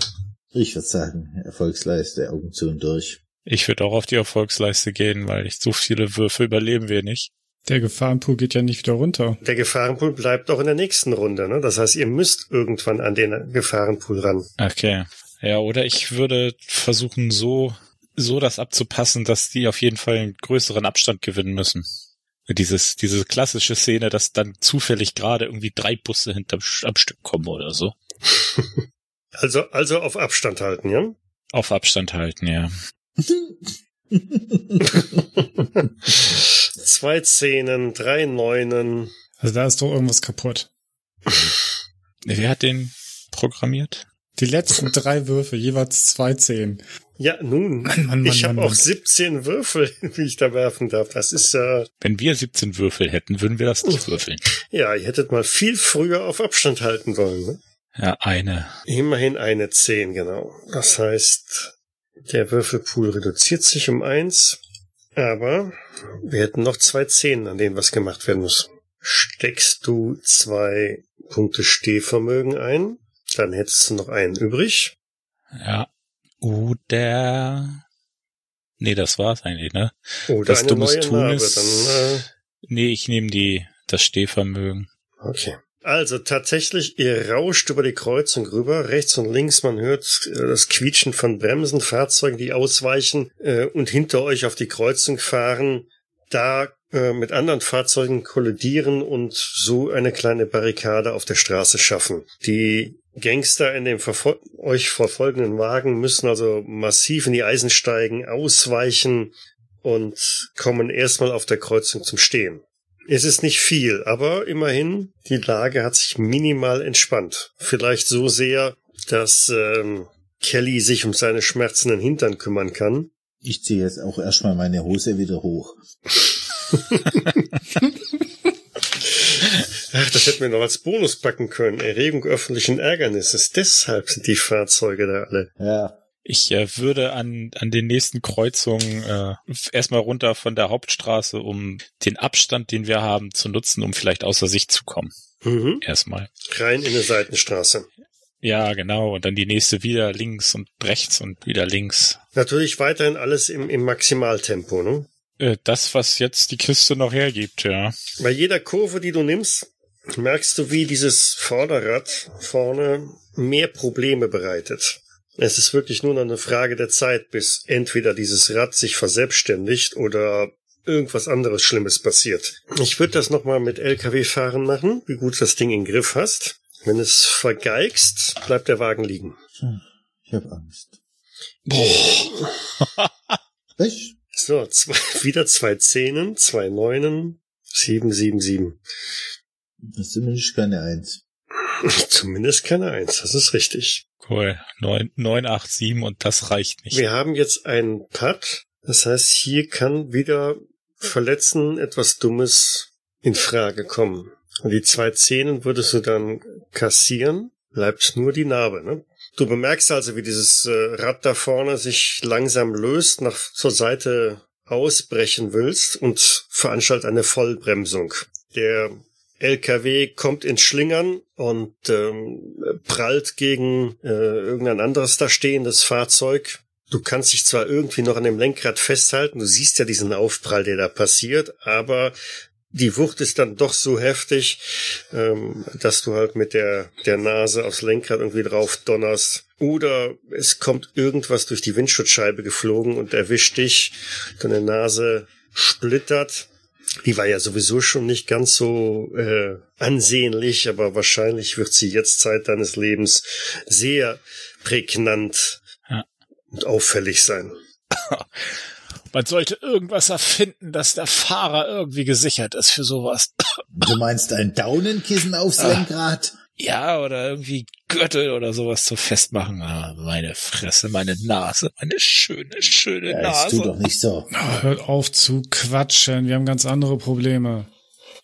Speaker 3: Ich würde sagen, Erfolgsleiste, Augen zu und durch.
Speaker 5: ich würde auch auf die Erfolgsleiste gehen, weil ich so viele Würfe überleben wir nicht.
Speaker 2: Der Gefahrenpool geht ja nicht wieder runter.
Speaker 1: Der Gefahrenpool bleibt auch in der nächsten Runde. Ne? Das heißt, ihr müsst irgendwann an den Gefahrenpool ran.
Speaker 5: Okay. Ja, oder ich würde versuchen, so, so das abzupassen, dass die auf jeden Fall einen größeren Abstand gewinnen müssen. Dieses, diese klassische Szene, dass dann zufällig gerade irgendwie drei Busse hinterm Sch- am Stück kommen oder so.
Speaker 1: Also, also auf Abstand halten, ja?
Speaker 5: Auf Abstand halten, ja.
Speaker 1: 2 Zehnen, drei Neunen.
Speaker 2: Also da ist doch irgendwas kaputt.
Speaker 5: Wer hat den programmiert?
Speaker 2: Die letzten drei Würfe, jeweils zwei Zehen.
Speaker 1: Ja, nun,
Speaker 2: <laughs> Mann, Mann,
Speaker 1: ich
Speaker 2: Mann,
Speaker 1: habe
Speaker 2: Mann,
Speaker 1: auch
Speaker 2: Mann.
Speaker 1: 17 Würfel, <laughs> wie ich da werfen darf. Das ist äh, ja,
Speaker 5: Wenn wir 17 Würfel hätten, würden wir das nicht würfeln.
Speaker 1: ja, ihr hättet mal viel früher auf Abstand halten wollen. Ne?
Speaker 5: Ja, eine.
Speaker 1: Immerhin eine 10, genau. Das heißt, der Würfelpool reduziert sich um eins, aber wir hätten noch zwei Zehnen, an denen was gemacht werden muss. Steckst du zwei Punkte Stehvermögen ein, dann hättest du noch einen übrig.
Speaker 5: Ja. Oder. Nee, das war's eigentlich, ne?
Speaker 1: Oder
Speaker 5: das
Speaker 1: eine
Speaker 5: dummes
Speaker 1: neue
Speaker 5: Tun
Speaker 1: Narbe.
Speaker 5: ist-
Speaker 1: Dann, äh,
Speaker 5: Nee, ich nehme die, das Stehvermögen.
Speaker 1: Okay. Also tatsächlich, ihr rauscht über die Kreuzung rüber, rechts und links, man hört äh, das Quietschen von Bremsen, Fahrzeugen, die ausweichen äh, und hinter euch auf die Kreuzung fahren, da äh, mit anderen Fahrzeugen kollidieren und so eine kleine Barrikade auf der Straße schaffen. Die Gangster in dem verfol euch verfolgenden Wagen müssen also massiv in die Eisen steigen, ausweichen und kommen erstmal auf der Kreuzung zum Stehen. Es ist nicht viel, aber immerhin, die Lage hat sich minimal entspannt. Vielleicht so sehr, dass ähm, Kelly sich um seine schmerzenden Hintern kümmern kann.
Speaker 3: Ich ziehe jetzt auch erstmal meine Hose wieder hoch.
Speaker 1: Ach, das hätten wir noch als Bonus packen können. Erregung öffentlichen Ärgernisses. Deshalb sind die Fahrzeuge da alle.
Speaker 3: Ja,
Speaker 5: Ich äh, würde an, an den nächsten Kreuzungen äh, erstmal runter von der Hauptstraße, um den Abstand, den wir haben, zu nutzen, um vielleicht außer Sicht zu kommen.
Speaker 1: Mhm.
Speaker 5: Erstmal.
Speaker 1: Rein in eine Seitenstraße.
Speaker 5: Ja, genau. Und dann die nächste wieder links und rechts und wieder links.
Speaker 1: Natürlich weiterhin alles im, im Maximaltempo, ne?
Speaker 5: Äh, das, was jetzt die Kiste noch hergibt, ja.
Speaker 1: Bei jeder Kurve, die du nimmst, merkst du, wie dieses Vorderrad vorne mehr Probleme bereitet. Es ist wirklich nur noch eine Frage der Zeit, bis entweder dieses Rad sich verselbstständigt oder irgendwas anderes Schlimmes passiert. Ich würde das nochmal mit LKW-Fahren machen, wie gut du das Ding in den Griff hast. Wenn du es vergeigst, bleibt der Wagen liegen.
Speaker 3: Ich habe Angst.
Speaker 5: Boah.
Speaker 3: Ich?
Speaker 1: So, zwei, <laughs> wieder zwei Zehnen, zwei Neunen, sieben, sieben, sieben. <laughs>
Speaker 3: Das ist zumindest keine Eins.
Speaker 1: Zumindest keine Eins, das ist richtig.
Speaker 5: Cool. Neun, neun, acht, sieben und das reicht nicht.
Speaker 1: Wir haben jetzt einen Putt. Das heißt, hier kann wieder Verletzen etwas Dummes in Frage kommen. Und die zwei Zähnen würdest du dann kassieren, bleibt nur die Narbe, ne? Du bemerkst also, wie dieses äh, Rad da vorne sich langsam löst, nach zur Seite ausbrechen willst und veranstalt eine Vollbremsung. Der LKW kommt ins Schlingern und ähm, prallt gegen äh, irgendein anderes da stehendes Fahrzeug. Du kannst dich zwar irgendwie noch an dem Lenkrad festhalten, du siehst ja diesen Aufprall, der da passiert, aber die Wucht ist dann doch so heftig, ähm, dass du halt mit der, der Nase aufs Lenkrad irgendwie drauf donnerst. Oder es kommt irgendwas durch die Windschutzscheibe geflogen und erwischt dich, deine Nase splittert. Die war ja sowieso schon nicht ganz so äh, ansehnlich, aber wahrscheinlich wird sie jetzt Zeit deines Lebens sehr prägnant
Speaker 5: Ja.
Speaker 1: und auffällig sein.
Speaker 6: Man sollte irgendwas erfinden, dass der Fahrer irgendwie gesichert ist für sowas.
Speaker 3: Du meinst ein Daunenkissen aufs Lenkrad?
Speaker 6: Ja, oder irgendwie Gürtel oder sowas zu festmachen. Ah, Meine Fresse, meine Nase, meine schöne, schöne
Speaker 3: Ja, jetzt tu
Speaker 6: Nase.
Speaker 3: doch nicht so.
Speaker 2: Ah, Hört auf zu quatschen, wir haben ganz andere Probleme.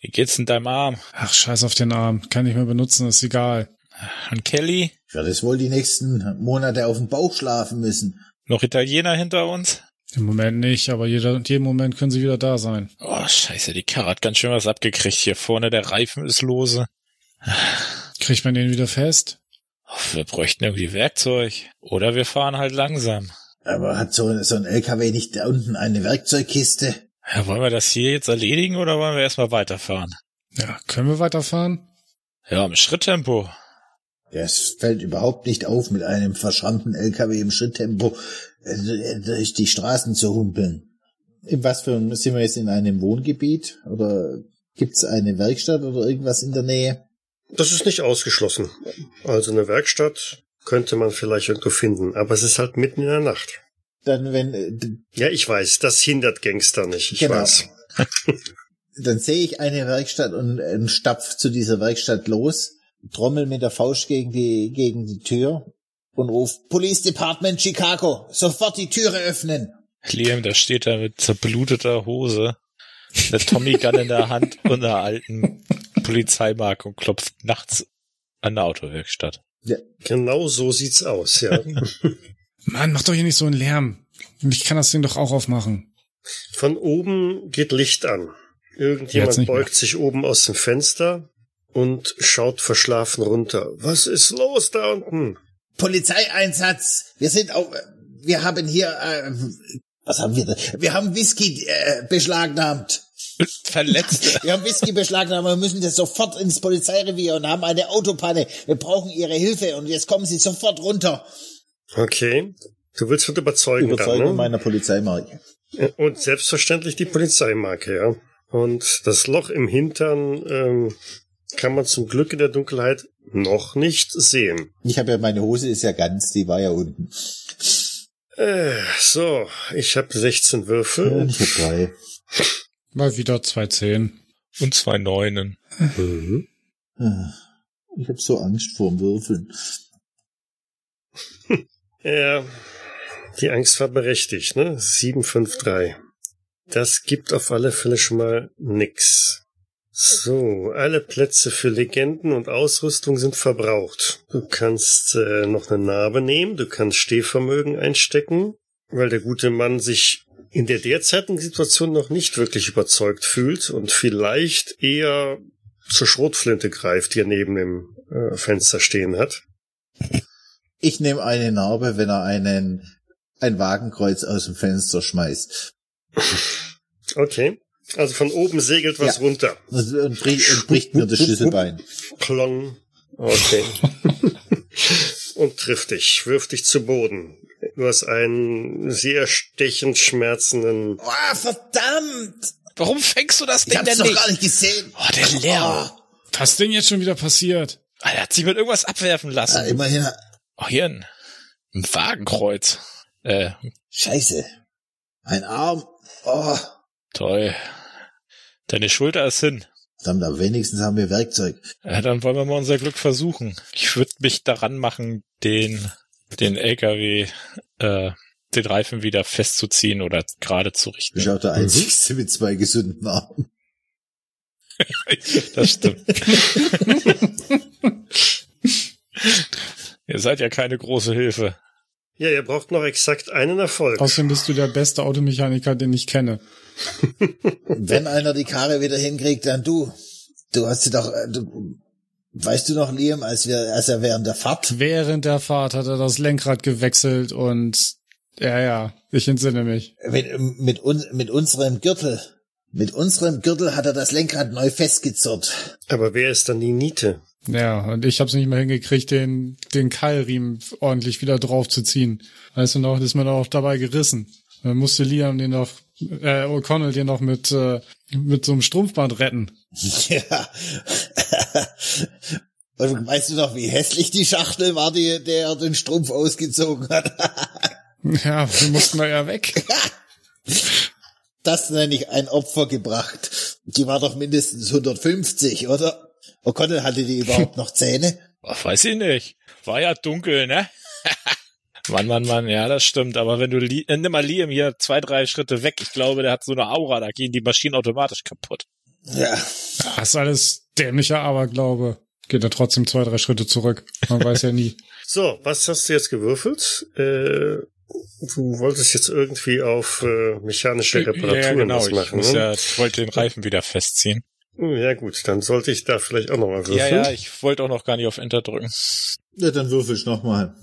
Speaker 5: Wie geht's in deinem Arm?
Speaker 2: Ach, scheiß auf den Arm, kann ich mehr benutzen, ist egal.
Speaker 5: Und Kelly?
Speaker 3: Ich werde es wohl die nächsten Monate auf dem Bauch schlafen müssen.
Speaker 5: Noch Italiener hinter uns?
Speaker 2: Im Moment nicht, aber jeder, in jedem Moment können sie wieder da sein.
Speaker 5: Oh, scheiße, die Karre hat ganz schön was abgekriegt. Hier vorne der Reifen ist lose.
Speaker 2: Kriegt man den wieder fest?
Speaker 5: Oh, wir bräuchten irgendwie Werkzeug. Oder wir fahren halt langsam.
Speaker 3: Aber hat so, so ein LKW nicht da unten eine Werkzeugkiste?
Speaker 5: Ja, wollen wir das hier jetzt erledigen oder wollen wir erstmal weiterfahren?
Speaker 2: Ja, können wir weiterfahren?
Speaker 5: Ja, im Schritttempo.
Speaker 3: Ja, es fällt überhaupt nicht auf, mit einem verschrammten LKW im Schritttempo äh, durch die Straßen zu humpeln. In was für einem, sind wir jetzt in einem Wohngebiet? Oder gibt's eine Werkstatt oder irgendwas in der Nähe?
Speaker 1: Das ist nicht ausgeschlossen. Also eine Werkstatt könnte man vielleicht irgendwo finden, aber es ist halt mitten in der Nacht.
Speaker 3: Dann, wenn, äh, d-
Speaker 1: Ja, ich weiß, das hindert Gangster nicht. Ich
Speaker 3: Genau.
Speaker 1: weiß.
Speaker 3: <laughs> dann sehe ich eine Werkstatt und, äh, und stapf zu dieser Werkstatt los, trommel mit der Faust gegen die, gegen die Tür und ruft Police Department Chicago, sofort die Türe öffnen.
Speaker 5: Liam, da steht er mit zerbluteter Hose, eine Tommy Gun in der <laughs> Hand und einer alten Polizeimark und klopft nachts an der Autowerkstatt.
Speaker 1: Genau so sieht's aus,
Speaker 2: <laughs>
Speaker 1: ja.
Speaker 2: Mann, mach doch hier nicht so einen Lärm. Ich kann das Ding doch auch aufmachen.
Speaker 1: Von oben geht Licht an.
Speaker 2: Jetzt
Speaker 1: Irgendjemand
Speaker 2: nicht mehr.
Speaker 1: beugt sich oben aus dem Fenster und schaut verschlafen runter. Was ist los da unten?
Speaker 3: Polizeieinsatz. Wir sind auf, wir haben hier, äh, was haben wir da? Wir haben Whisky äh,
Speaker 1: <laughs>
Speaker 3: beschlagnahmt.
Speaker 5: Verletzte.
Speaker 3: Wir haben Whisky beschlagnahmt. Wir müssen jetzt sofort ins Polizeirevier und haben eine Autopanne. Wir brauchen Ihre Hilfe und jetzt kommen Sie sofort runter.
Speaker 1: Okay. Du willst mit überzeugen, dann, ne?
Speaker 3: Polizeimarke.
Speaker 1: Und selbstverständlich die Polizeimarke, ja. Und das Loch im Hintern ähm, kann man zum Glück in der Dunkelheit noch nicht sehen.
Speaker 3: Ich habe ja meine Hose ist ja ganz, die war ja unten.
Speaker 1: Äh, so, ich habe 16 Würfel. und
Speaker 3: habe
Speaker 2: Mal wieder zwei Zehen.
Speaker 5: Und zwei Neunen.
Speaker 3: drei. Ah, Ich habe so Angst vorm Würfeln.
Speaker 1: Ja, Äh, die Angst war berechtigt, ne? 753. Das gibt auf alle Fälle schon mal nix. So, alle Plätze für Legenden und Ausrüstung sind verbraucht. Du kannst äh, noch eine Narbe nehmen, du kannst Stehvermögen einstecken, weil der gute Mann sich in der derzeitigen Situation noch nicht wirklich überzeugt fühlt und vielleicht eher zur Schrotflinte greift, die er neben dem äh, Fenster stehen hat.
Speaker 3: Ich nehme eine Narbe, wenn er einen ein Wagenkreuz aus dem Fenster schmeißt.
Speaker 1: Okay. Also von oben segelt was
Speaker 3: Ja.
Speaker 1: runter.
Speaker 3: Und, Also, und, bricht, und bricht mir das Schlüsselbein.
Speaker 1: Klong.
Speaker 5: <laughs>
Speaker 1: Okay. Und trifft dich, wirft dich zu Boden. Du hast einen sehr stechend schmerzenden.
Speaker 3: Ah, verdammt!
Speaker 5: Warum fängst du das Ding denn nicht?
Speaker 3: nicht gesehen.
Speaker 5: Oh, der Lehrer.
Speaker 2: Was ist denn jetzt schon wieder passiert?
Speaker 5: Ah, der hat sich mit irgendwas abwerfen
Speaker 3: Ah,
Speaker 5: lassen.
Speaker 3: immerhin.
Speaker 5: Oh, hier ein, ein Wagenkreuz. Äh,
Speaker 3: Scheiße. Ein Arm. Oh.
Speaker 5: toll. Deine Schulter ist hin.
Speaker 3: Verdammt, aber wenigstens haben wir Werkzeug.
Speaker 5: Ja, dann wollen wir mal unser Glück versuchen. Ich würde mich daran machen, den, den LKW, äh, den Reifen wieder festzuziehen oder gerade zu richten.
Speaker 3: Ich bin auch der Einzige mit zwei gesunden Armen.
Speaker 5: Das stimmt. <laughs> Ihr seid ja keine große Hilfe.
Speaker 1: Ja, ihr braucht noch exakt einen Erfolg.
Speaker 2: Außerdem bist du der beste Automechaniker, den ich kenne.
Speaker 3: Wenn einer die Karre wieder hinkriegt, dann du. Du hast sie doch, äh, du, weißt du noch, Liam, als wir, als er während der Fahrt,
Speaker 2: Während der Fahrt hat er das Lenkrad gewechselt und ja, ja, ich entsinne mich.
Speaker 3: mit, mit, uns, mit unserem Gürtel, mit unserem Gürtel hat er das Lenkrad neu festgezurrt. <laughs>
Speaker 1: Aber wer ist dann die Niete?
Speaker 2: Ja, und ich hab's nicht mal hingekriegt, den, den Keilriemen ordentlich wieder draufzuziehen. Weißt du noch, ist mir doch auch dabei gerissen. Dann musste Liam den noch, äh, O'Connell den noch mit, äh, mit so einem Strumpfband retten. <laughs>
Speaker 3: Ja. Und weißt du noch, wie hässlich die Schachtel war, die, der den Strumpf ausgezogen hat?
Speaker 2: Ja, wir mussten da ja weg.
Speaker 3: Das nenne ich ein Opfer gebracht. Die war doch mindestens 150, oder? O'Connell hatte die überhaupt noch Zähne?
Speaker 5: Ach, weiß ich nicht. War ja dunkel, ne? <laughs> Mann, Mann, Mann, ja, das stimmt. Aber wenn du Li äh, nimm mal Liam hier zwei, drei Schritte weg, ich glaube, der hat so eine Aura, da gehen die Maschinen automatisch kaputt.
Speaker 3: Ja.
Speaker 2: Das ist alles dämlicher Aberglaube. Geht er trotzdem zwei, drei Schritte zurück. Man weiß ja nie.
Speaker 1: So, was hast du jetzt gewürfelt? Äh, du wolltest jetzt irgendwie auf äh, mechanische Reparaturen
Speaker 5: ja, genau.
Speaker 1: was
Speaker 5: Ich,
Speaker 1: machen.
Speaker 5: muss
Speaker 1: ne? Hm,
Speaker 5: ja, ich wollte den Reifen wieder festziehen.
Speaker 1: ja. gut, dann sollte ich da vielleicht auch nochmal
Speaker 5: Ja,
Speaker 1: würfeln.
Speaker 5: ja, ich wollte auch noch gar nicht auf Enter drücken. <laughs>
Speaker 3: Ja, dann würfel ich nochmal.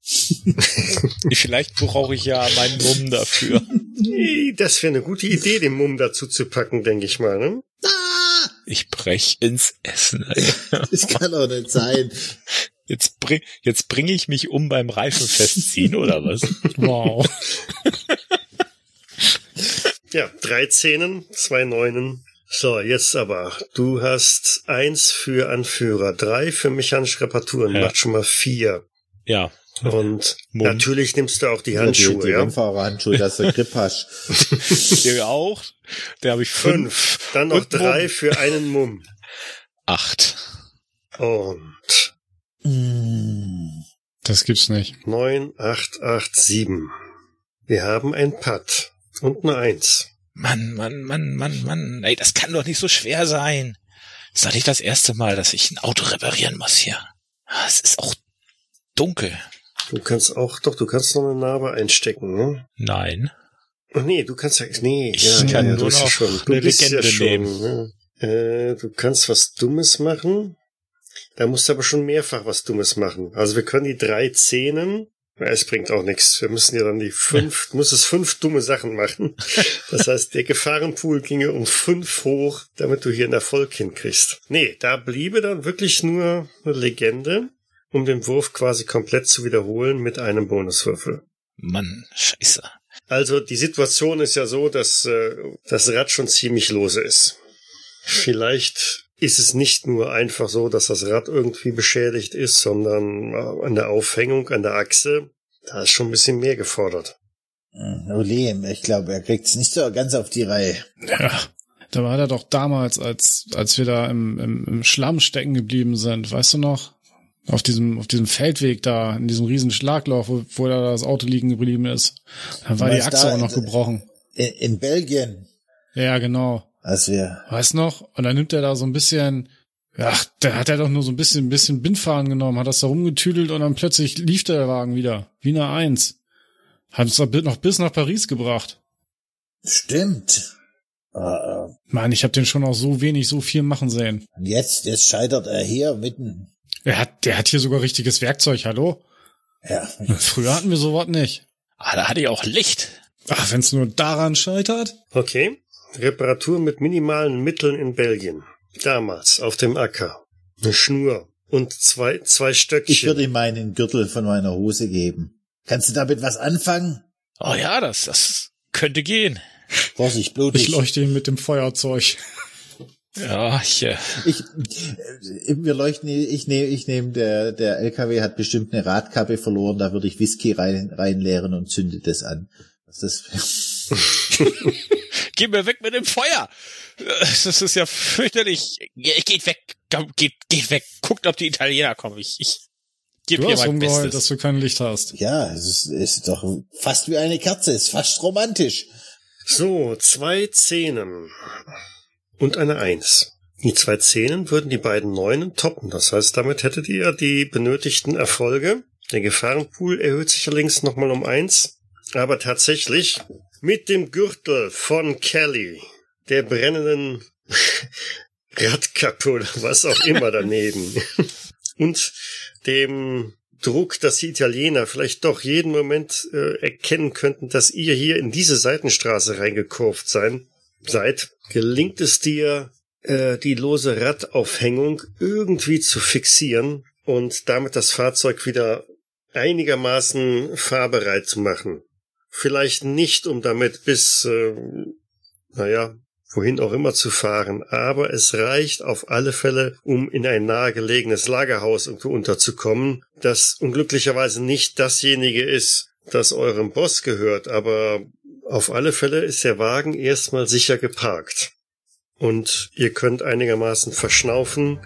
Speaker 5: Vielleicht brauche ich ja meinen Mumm dafür.
Speaker 1: Ih, Das wäre eine gute Idee, den Mumm dazu zu packen, denke ich mal. Ne?
Speaker 3: Ah,
Speaker 5: Ich brech ins Essen. Ey.
Speaker 3: <laughs> das kann doch nicht sein.
Speaker 5: Jetzt bring, jetzt bringe ich mich um beim Reifen festziehen, oder was?
Speaker 1: <laughs>
Speaker 2: Wow.
Speaker 1: Ja, drei Zehnen, zwei Neunen. So, jetzt aber. Du hast eins für Anführer, drei für mechanische Reparaturen,
Speaker 5: Ja.
Speaker 1: macht schon mal vier.
Speaker 5: Ja.
Speaker 1: Und
Speaker 5: Mumm.
Speaker 1: natürlich nimmst du auch die Handschuhe,
Speaker 3: die, die
Speaker 1: ja.
Speaker 3: Rennfahrerhandschuhe, dass du Grip <laughs> hast.
Speaker 5: Der auch. Der habe ich fünf.
Speaker 1: Fünf. Dann noch
Speaker 5: Und Mumm.
Speaker 1: drei für einen Mumm.
Speaker 5: Acht.
Speaker 1: Und
Speaker 3: Mm.
Speaker 2: Das gibt's nicht.
Speaker 1: neun, acht, acht, sieben. Wir haben ein Pad und eine Eins.
Speaker 5: Mann, Mann, Mann, Mann, Mann. Ey, das kann doch nicht so schwer sein. Ist doch nicht das erste Mal, dass ich ein Auto reparieren muss hier. Ah, Es ist auch dunkel.
Speaker 1: Du kannst auch, doch, du kannst noch eine Narbe einstecken, ne?
Speaker 5: Nein.
Speaker 1: Oh, nee, du kannst ja, nee,
Speaker 5: Ich
Speaker 1: ja,
Speaker 5: kann
Speaker 1: ja,
Speaker 5: nur
Speaker 1: du bist ja
Speaker 5: noch
Speaker 1: schon, du
Speaker 5: eine
Speaker 1: bist ja
Speaker 5: Legende
Speaker 1: schon,
Speaker 5: nehmen.
Speaker 1: ja. Äh, du kannst was Dummes machen. Da musst du aber schon mehrfach was Dummes machen. Also wir können die drei Zähnen, ja, es bringt auch nichts. Wir müssen ja dann die fünf,
Speaker 5: <laughs>
Speaker 1: du musstest fünf dumme Sachen machen. Das heißt, der Gefahrenpool ginge um fünf hoch, damit du hier einen Erfolg hinkriegst. Nee, da bliebe dann wirklich nur eine Legende, um den Wurf quasi komplett zu wiederholen mit einem Bonuswürfel.
Speaker 5: Mann, scheiße.
Speaker 1: Also die Situation ist ja so, dass äh, das Rad schon ziemlich lose ist. Vielleicht ist es nicht nur einfach so, dass das Rad irgendwie beschädigt ist, sondern äh, an der Aufhängung, an der Achse, da ist schon ein bisschen mehr gefordert.
Speaker 3: Oh, Liam, ich glaube, er kriegt's nicht so ganz auf die Reihe.
Speaker 2: Ja. Da war er doch damals, als, als wir da im, im, im Schlamm stecken geblieben sind, weißt du noch? Auf diesem, auf diesem Feldweg da, in diesem riesen Schlagloch, wo, wo da das Auto liegen geblieben ist. Da war die
Speaker 3: Was
Speaker 2: Achse
Speaker 3: da-
Speaker 2: auch noch gebrochen.
Speaker 3: In, in Belgien.
Speaker 2: Ja, genau.
Speaker 3: als wir.
Speaker 2: Weißt noch? Und dann nimmt er da so ein bisschen, ach, da hat er doch nur so ein bisschen, ein bisschen Bindfaden genommen, hat das da rumgetüdelt und dann plötzlich lief der Wagen wieder. Wiener 1. Hat uns da bi- noch bis nach Paris gebracht.
Speaker 3: Stimmt. Äh, äh,
Speaker 2: Mann, ich habe den schon auch so wenig, so viel machen sehen.
Speaker 3: Und jetzt, jetzt scheitert er hier mitten.
Speaker 2: Er hat, der hat hier sogar richtiges Werkzeug, hallo?
Speaker 3: <laughs> Ja.
Speaker 2: Früher hatten wir sowas nicht.
Speaker 5: Ah, da hatte ich auch Licht.
Speaker 2: Ach, wenn es nur daran scheitert.
Speaker 1: Okay. Reparatur mit minimalen Mitteln in Belgien. Damals auf dem Acker. Eine Schnur und zwei, zwei
Speaker 3: Ich
Speaker 1: Stöckchen.
Speaker 3: würde ihm meinen Gürtel von meiner Hose geben. Kannst du damit was anfangen?
Speaker 5: Oh ja, das, das könnte gehen.
Speaker 3: Vorsicht, blutig.
Speaker 2: Ich leuchte ihn mit dem Feuerzeug.
Speaker 5: Ja, ich, äh,
Speaker 3: Ich, äh, wir leuchten, ich nehme, ich nehme, der, der LKW hat bestimmt eine Radkappe verloren, da würde ich Whisky rein, reinleeren und zünde das an. Was Das
Speaker 5: geh mir weg mit dem Feuer. Äh, Das ist ja fürchterlich. Ge- Geht weg, komm, geht, geht weg. Guckt, ob die Italiener kommen. Ich, ich gebe
Speaker 2: Du
Speaker 5: hier
Speaker 2: hast
Speaker 5: mein
Speaker 2: rumgeheult,
Speaker 5: Bestes.
Speaker 2: dass du kein Licht hast.
Speaker 3: ja, es ist, es ist doch fast wie eine Kerze, ist fast romantisch.
Speaker 1: So, zwei Zähnen. Und eine Eins. Die zwei Zähnen würden die beiden Neunen toppen. Das heißt, damit hättet ihr die benötigten Erfolge. Der Gefahrenpool erhöht sich allerdings nochmal um eins. Aber tatsächlich mit dem Gürtel von Kelly, der brennenden <laughs> Radkappe oder was auch immer daneben <laughs> und dem Druck, dass die Italiener vielleicht doch jeden Moment äh, erkennen könnten, dass ihr hier in diese Seitenstraße reingekurvt sein seid, gelingt es dir, äh, die lose Radaufhängung irgendwie zu fixieren und damit das Fahrzeug wieder einigermaßen fahrbereit zu machen. Vielleicht nicht, um damit bis, äh, naja, wohin auch immer zu fahren, aber es reicht auf alle Fälle, um in ein nahegelegenes Lagerhaus irgendwo unterzukommen, das unglücklicherweise nicht dasjenige ist, das eurem Boss gehört, aber auf alle Fälle ist der Wagen erstmal sicher geparkt. Und ihr könnt einigermaßen verschnaufen,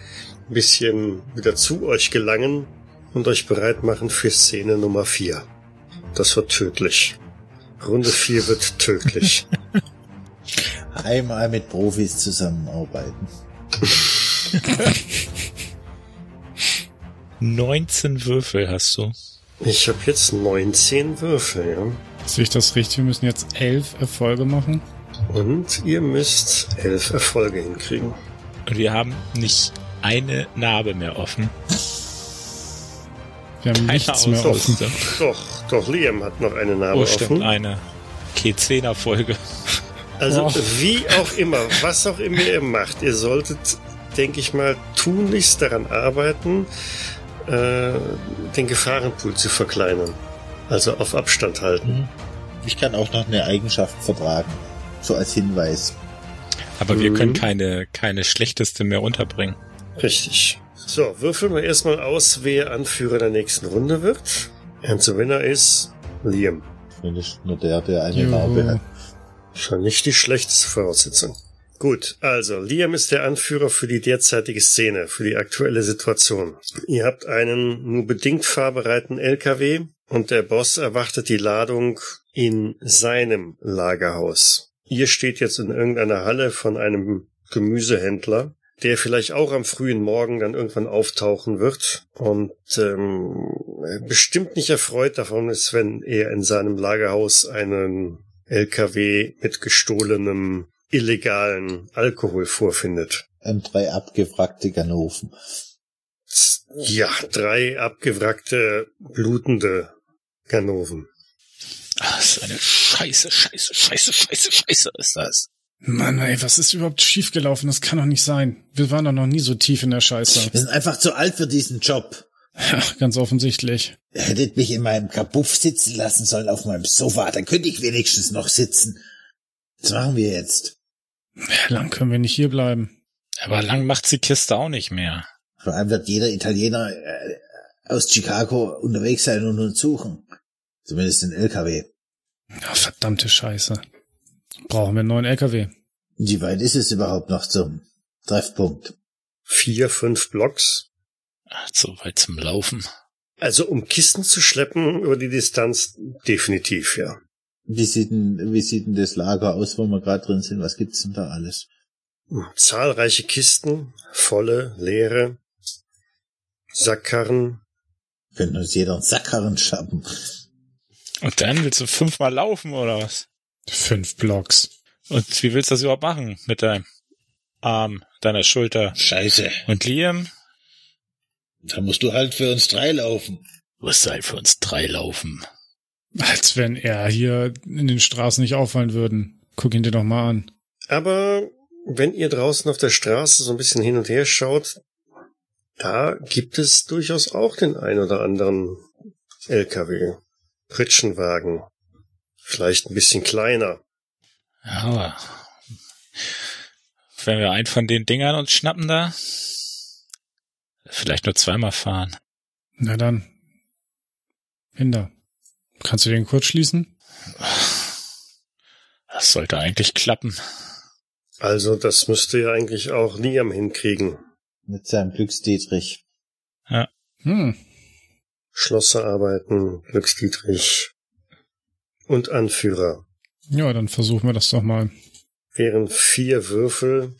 Speaker 1: ein bisschen wieder zu euch gelangen und euch bereit machen für Szene Nummer 4. Das wird tödlich. Runde 4 wird tödlich.
Speaker 3: Einmal mit Profis zusammenarbeiten.
Speaker 5: 19 Würfel hast du.
Speaker 1: Ich habe jetzt 19 Würfel, ja.
Speaker 2: Sehe ich das richtig? Wir müssen jetzt elf Erfolge machen.
Speaker 1: Und ihr müsst elf Erfolge hinkriegen.
Speaker 5: Und wir haben nicht eine Narbe mehr offen.
Speaker 2: Wir haben
Speaker 5: Keine
Speaker 2: nichts mehr
Speaker 5: Ausrüstung.
Speaker 2: offen.
Speaker 1: Doch, doch, Liam hat noch eine Narbe
Speaker 5: Oh,
Speaker 1: offen.
Speaker 5: stimmt, eine. Okay, 10er Folge.
Speaker 1: Also
Speaker 2: Oh.
Speaker 1: wie auch immer, was auch immer ihr macht, ihr solltet, denke ich mal, tunlichst daran arbeiten, äh, den Gefahrenpool zu verkleinern. Also auf Abstand
Speaker 5: Mhm.
Speaker 1: halten.
Speaker 3: Ich kann auch noch eine Eigenschaft vertragen. So als Hinweis.
Speaker 5: Aber wir
Speaker 1: Mhm.
Speaker 5: können keine, keine schlechteste mehr unterbringen.
Speaker 1: Richtig. So, würfeln wir erstmal aus, wer Anführer der nächsten Runde wird. Und der Winner ist Liam.
Speaker 3: Zumindest nur der, der eine
Speaker 2: Juhu.
Speaker 3: Narbe hat.
Speaker 1: Schon nicht die schlechteste Voraussetzung. Gut, also Liam ist der Anführer für die derzeitige Szene, für die aktuelle Situation. Ihr habt einen nur bedingt fahrbereiten LKW und der Boss erwartet die Ladung in seinem Lagerhaus. Ihr steht jetzt in irgendeiner Halle von einem Gemüsehändler, der vielleicht auch am frühen Morgen dann irgendwann auftauchen wird und ähm, bestimmt nicht erfreut davon ist, wenn er in seinem Lagerhaus einen LKW mit gestohlenem illegalen Alkohol vorfindet.
Speaker 3: M3 abgewrackte Ähm, Ganoven.
Speaker 1: Ja, drei abgewrackte, blutende Ganoven.
Speaker 5: Ah, Das ist eine Scheiße, Scheiße, Scheiße, Scheiße, Scheiße ist das.
Speaker 2: Mann, ey, was ist überhaupt schiefgelaufen? Das kann doch nicht sein. Wir waren doch noch nie so tief in der Scheiße.
Speaker 3: Wir sind einfach zu alt für diesen Job.
Speaker 2: Ach, ganz offensichtlich.
Speaker 3: Ihr hättet mich in meinem Kabuff sitzen lassen sollen auf meinem Sofa, dann könnte ich wenigstens noch sitzen. Was machen wir jetzt?
Speaker 2: Ja, Lang können wir nicht hier bleiben.
Speaker 5: Aber lang macht's die Kiste auch nicht mehr.
Speaker 3: Vor allem wird jeder Italiener äh, aus Chicago unterwegs sein und uns suchen. Zumindest in LKW.
Speaker 2: Ja, verdammte Scheiße. Brauchen wir einen neuen LKW.
Speaker 3: Wie weit ist es überhaupt noch zum Treffpunkt?
Speaker 1: Vier, fünf Blocks.
Speaker 5: Ach, So weit zum Laufen.
Speaker 1: Also um Kisten zu schleppen über die Distanz, definitiv, ja.
Speaker 3: Wie sieht denn, wie sieht denn das Lager aus, wo wir gerade drin sind? Was gibt's denn da alles?
Speaker 1: Hm, Zahlreiche Kisten, volle, leere, Sackkarren.
Speaker 3: Wir könnten uns jeder einen Sackkarren schaffen.
Speaker 5: Und dann willst du fünfmal laufen oder was?
Speaker 2: Fünf Blocks.
Speaker 5: Und wie willst du das überhaupt machen mit deinem Arm, deiner Schulter?
Speaker 7: Scheiße.
Speaker 5: Und Liam?
Speaker 7: Da musst du halt für uns drei laufen.
Speaker 8: Was sei
Speaker 5: halt
Speaker 8: für uns drei laufen?
Speaker 2: Als wenn er hier in den Straßen nicht auffallen würden. Guck ihn dir doch mal an.
Speaker 1: Aber wenn ihr draußen auf der Straße so ein bisschen hin und her schaut, da gibt es durchaus auch den ein oder anderen LKW. Pritschenwagen. Vielleicht ein bisschen kleiner.
Speaker 5: Ja, aber wenn wir einen von den Dingern uns schnappen da, vielleicht nur zweimal fahren.
Speaker 2: Na dann. Hinder. Kannst du den kurz schließen?
Speaker 5: Das sollte eigentlich klappen.
Speaker 1: Also das müsste ja eigentlich auch Liam hinkriegen.
Speaker 3: Mit seinem Glücksdietrich.
Speaker 2: Hm.
Speaker 1: Schlosserarbeiten, Glücksdietrich und Anführer.
Speaker 2: Ja, dann versuchen wir das doch mal.
Speaker 1: Wären vier Würfel.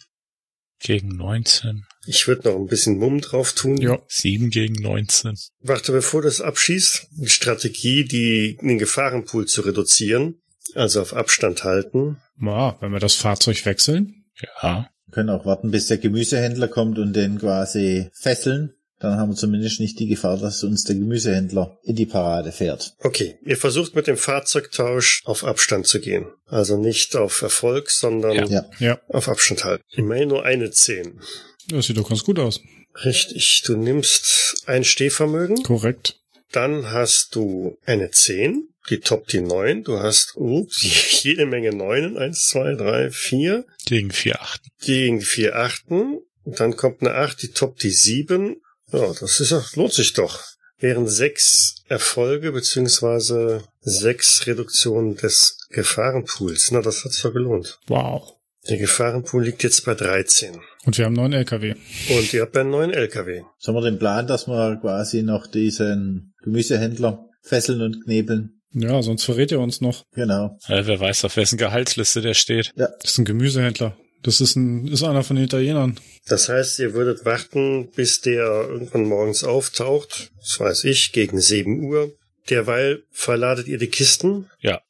Speaker 5: Gegen 19.
Speaker 1: Ich würde noch ein bisschen Mumm drauf tun.
Speaker 2: Ja.
Speaker 5: 7 gegen 19.
Speaker 1: Warte, bevor du es abschießt, die Strategie, die den Gefahrenpool zu reduzieren, also auf Abstand halten.
Speaker 2: Ja, wenn wir das Fahrzeug wechseln.
Speaker 5: Ja.
Speaker 3: Wir können auch warten, bis der Gemüsehändler kommt und den quasi fesseln. Dann haben wir zumindest nicht die Gefahr, dass uns der Gemüsehändler in die Parade fährt.
Speaker 1: Okay, ihr versucht mit dem Fahrzeugtausch auf Abstand zu gehen. Also nicht auf Erfolg, sondern
Speaker 5: Ja.
Speaker 3: Ja.
Speaker 2: Ja,
Speaker 1: auf Abstand halten. Immerhin nur eine 10.
Speaker 2: das sieht doch ganz gut aus.
Speaker 1: Richtig, du nimmst ein Stehvermögen.
Speaker 2: Korrekt.
Speaker 1: Dann hast du eine 10, die toppt die 9. Du hast ups, <laughs> jede Menge Neunen. 1, 2, 3, 4.
Speaker 5: Gegen 4, 8.
Speaker 1: Gegen 4 Achten. Dann kommt eine 8, die toppt die 7. Ja, das ist, doch- lohnt sich doch. Wären sechs Erfolge beziehungsweise sechs Reduktionen des Gefahrenpools. Na, das hat's doch gelohnt.
Speaker 2: Wow.
Speaker 1: Der Gefahrenpool liegt jetzt bei 13.
Speaker 2: Und wir haben einen neuen LKW.
Speaker 1: Und ihr habt einen neuen LKW.
Speaker 3: Jetzt haben wir den Plan, dass wir quasi noch diesen Gemüsehändler fesseln und knebeln.
Speaker 2: Ja, sonst verrät er uns noch.
Speaker 3: Genau.
Speaker 5: Ja, Äh, wer weiß, auf wessen Gehaltsliste der steht.
Speaker 2: Das ist ein Gemüsehändler. Das ist ein, ist einer von den Italienern.
Speaker 1: Das heißt, ihr würdet warten, bis der irgendwann morgens auftaucht, das weiß ich, gegen 7 Uhr. Derweil verladet ihr die Kisten
Speaker 2: Ja,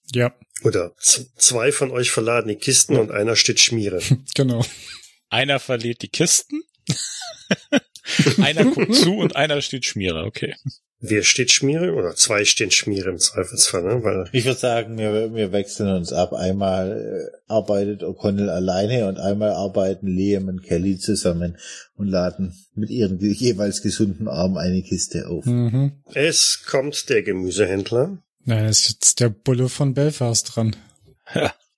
Speaker 1: oder z- zwei von euch verladen die Kisten und einer steht Schmiere.
Speaker 2: genau.
Speaker 5: Einer verliert die Kisten. <laughs> einer guckt zu und einer steht Schmierer. Okay.
Speaker 1: Wer steht Schmiere? Oder zwei stehen Schmiere im Zweifelsfall, ne? Weil
Speaker 3: Ich würde sagen, wir, wir wechseln uns ab. Einmal äh, arbeitet O'Connell alleine und einmal arbeiten Liam und Kelly zusammen und laden mit ihren <laughs> ge- jeweils gesunden Armen eine Kiste auf.
Speaker 2: Mhm.
Speaker 1: es kommt der Gemüsehändler.
Speaker 2: Nein, da ist jetzt der Bulle von Belfast dran.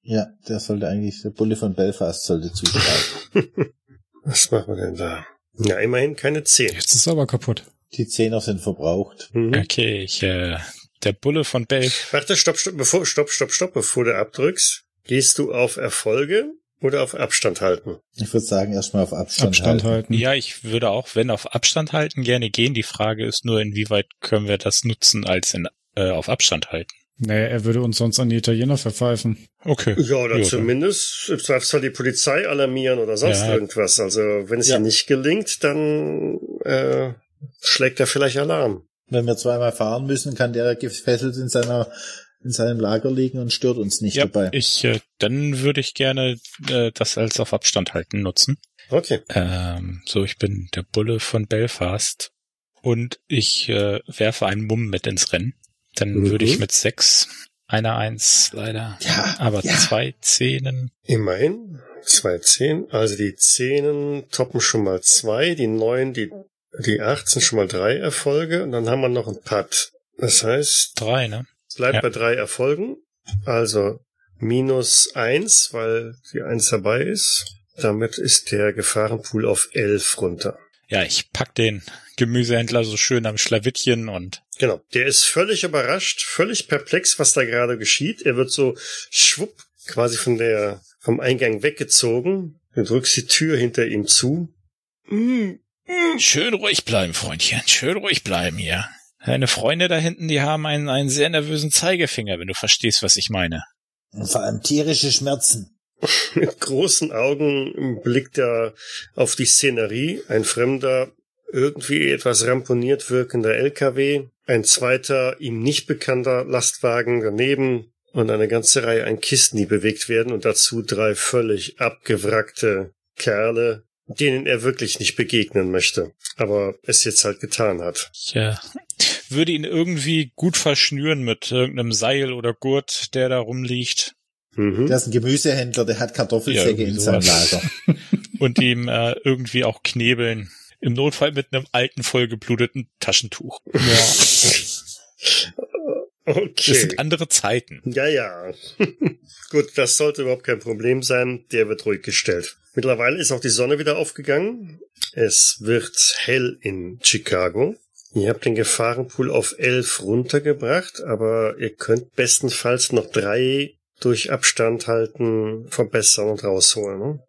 Speaker 3: Ja, der sollte eigentlich, der Bulle von Belfast sollte zuschlagen.
Speaker 1: Was machen wir denn da? Na, immerhin keine 10.
Speaker 2: Jetzt ist er aber kaputt.
Speaker 3: Die Zehner sind verbraucht.
Speaker 1: Mhm.
Speaker 5: Okay, ich, äh, der Bulle von Belf.
Speaker 1: Warte, stopp, stopp, bevor, stopp, stopp, stopp, bevor du abdrückst. Gehst du auf Erfolge oder auf Abstand halten?
Speaker 3: Ich würde sagen, erstmal auf Abstand,
Speaker 2: Abstand
Speaker 3: halten.
Speaker 2: halten.
Speaker 5: Ja, ich würde auch, wenn auf Abstand halten, gerne gehen. Die Frage ist nur, inwieweit können wir das nutzen als in, äh, auf Abstand halten.
Speaker 2: Nee, er würde uns sonst an die Italiener verpfeifen.
Speaker 5: Okay.
Speaker 1: Ja, oder
Speaker 5: Ja,
Speaker 1: zumindest im Zweifelsfall die Polizei alarmieren oder sonst
Speaker 5: Ja.
Speaker 1: irgendwas. Also wenn es
Speaker 3: Ja.
Speaker 1: ihr nicht gelingt, dann äh, schlägt er vielleicht Alarm.
Speaker 3: Wenn wir zweimal fahren müssen, kann der gefesselt in seiner in seinem Lager liegen und stört uns nicht
Speaker 5: Ja,
Speaker 3: dabei.
Speaker 5: ich, äh, dann würde ich gerne äh, das als auf Abstand halten nutzen.
Speaker 1: Okay.
Speaker 5: Ähm, so, ich bin der Bulle von Belfast und ich äh, werfe einen Mumm mit ins Rennen. Dann
Speaker 1: Mhm.
Speaker 5: würde ich mit sechs, einer eins leider,
Speaker 3: ja,
Speaker 5: aber zwei Zähnen.
Speaker 1: Immerhin. Zwei Zehn. Also die Zehnen toppen schon mal zwei, die neun, die, die acht sind schon mal drei Erfolge und dann haben wir noch ein Putt. Das heißt,
Speaker 5: Drei, ne?
Speaker 1: es bleibt
Speaker 5: Ja.
Speaker 1: bei drei Erfolgen. Also minus eins, weil die eins dabei ist. Damit ist der Gefahrenpool auf elf runter.
Speaker 5: Ja, ich pack den Gemüsehändler so schön am Schlawittchen und
Speaker 1: Genau. Der ist völlig überrascht, völlig perplex, was da gerade geschieht. Er wird so schwupp quasi von der, vom Eingang weggezogen. Du drückst die Tür hinter ihm zu.
Speaker 5: schön ruhig bleiben, Freundchen, schön ruhig bleiben hier. Deine Freunde da hinten, die haben einen, einen sehr nervösen Zeigefinger, wenn du verstehst, was ich meine.
Speaker 3: Und vor allem tierische Schmerzen.
Speaker 1: Mit großen Augen blickt er auf die Szenerie. Ein fremder, irgendwie etwas ramponiert wirkender LKW, ein zweiter, ihm nicht bekannter Lastwagen daneben und eine ganze Reihe an Kisten, die bewegt werden und dazu drei völlig abgewrackte Kerle, denen er wirklich nicht begegnen möchte, aber es jetzt halt getan hat.
Speaker 5: Ich äh, würde ihn irgendwie gut verschnüren mit irgendeinem Seil oder Gurt, der da rumliegt.
Speaker 1: Mhm.
Speaker 3: Das ist ein Gemüsehändler, der hat Kartoffelsäcke
Speaker 5: Ja, irgendwie
Speaker 3: in seinem
Speaker 5: sowas.
Speaker 3: Lager.
Speaker 5: und ihm äh, irgendwie auch knebeln. Im Notfall mit einem alten, vollgebluteten Taschentuch. Das
Speaker 1: Okay.
Speaker 5: sind andere Zeiten.
Speaker 1: Ja, ja. Gut, das sollte überhaupt kein Problem sein. Der wird ruhig gestellt. Mittlerweile ist auch die Sonne wieder aufgegangen. Es wird hell in Chicago. Ihr habt den Gefahrenpool auf 11 runtergebracht, aber ihr könnt bestenfalls noch drei durch Abstand halten, verbessern und rausholen. Ne?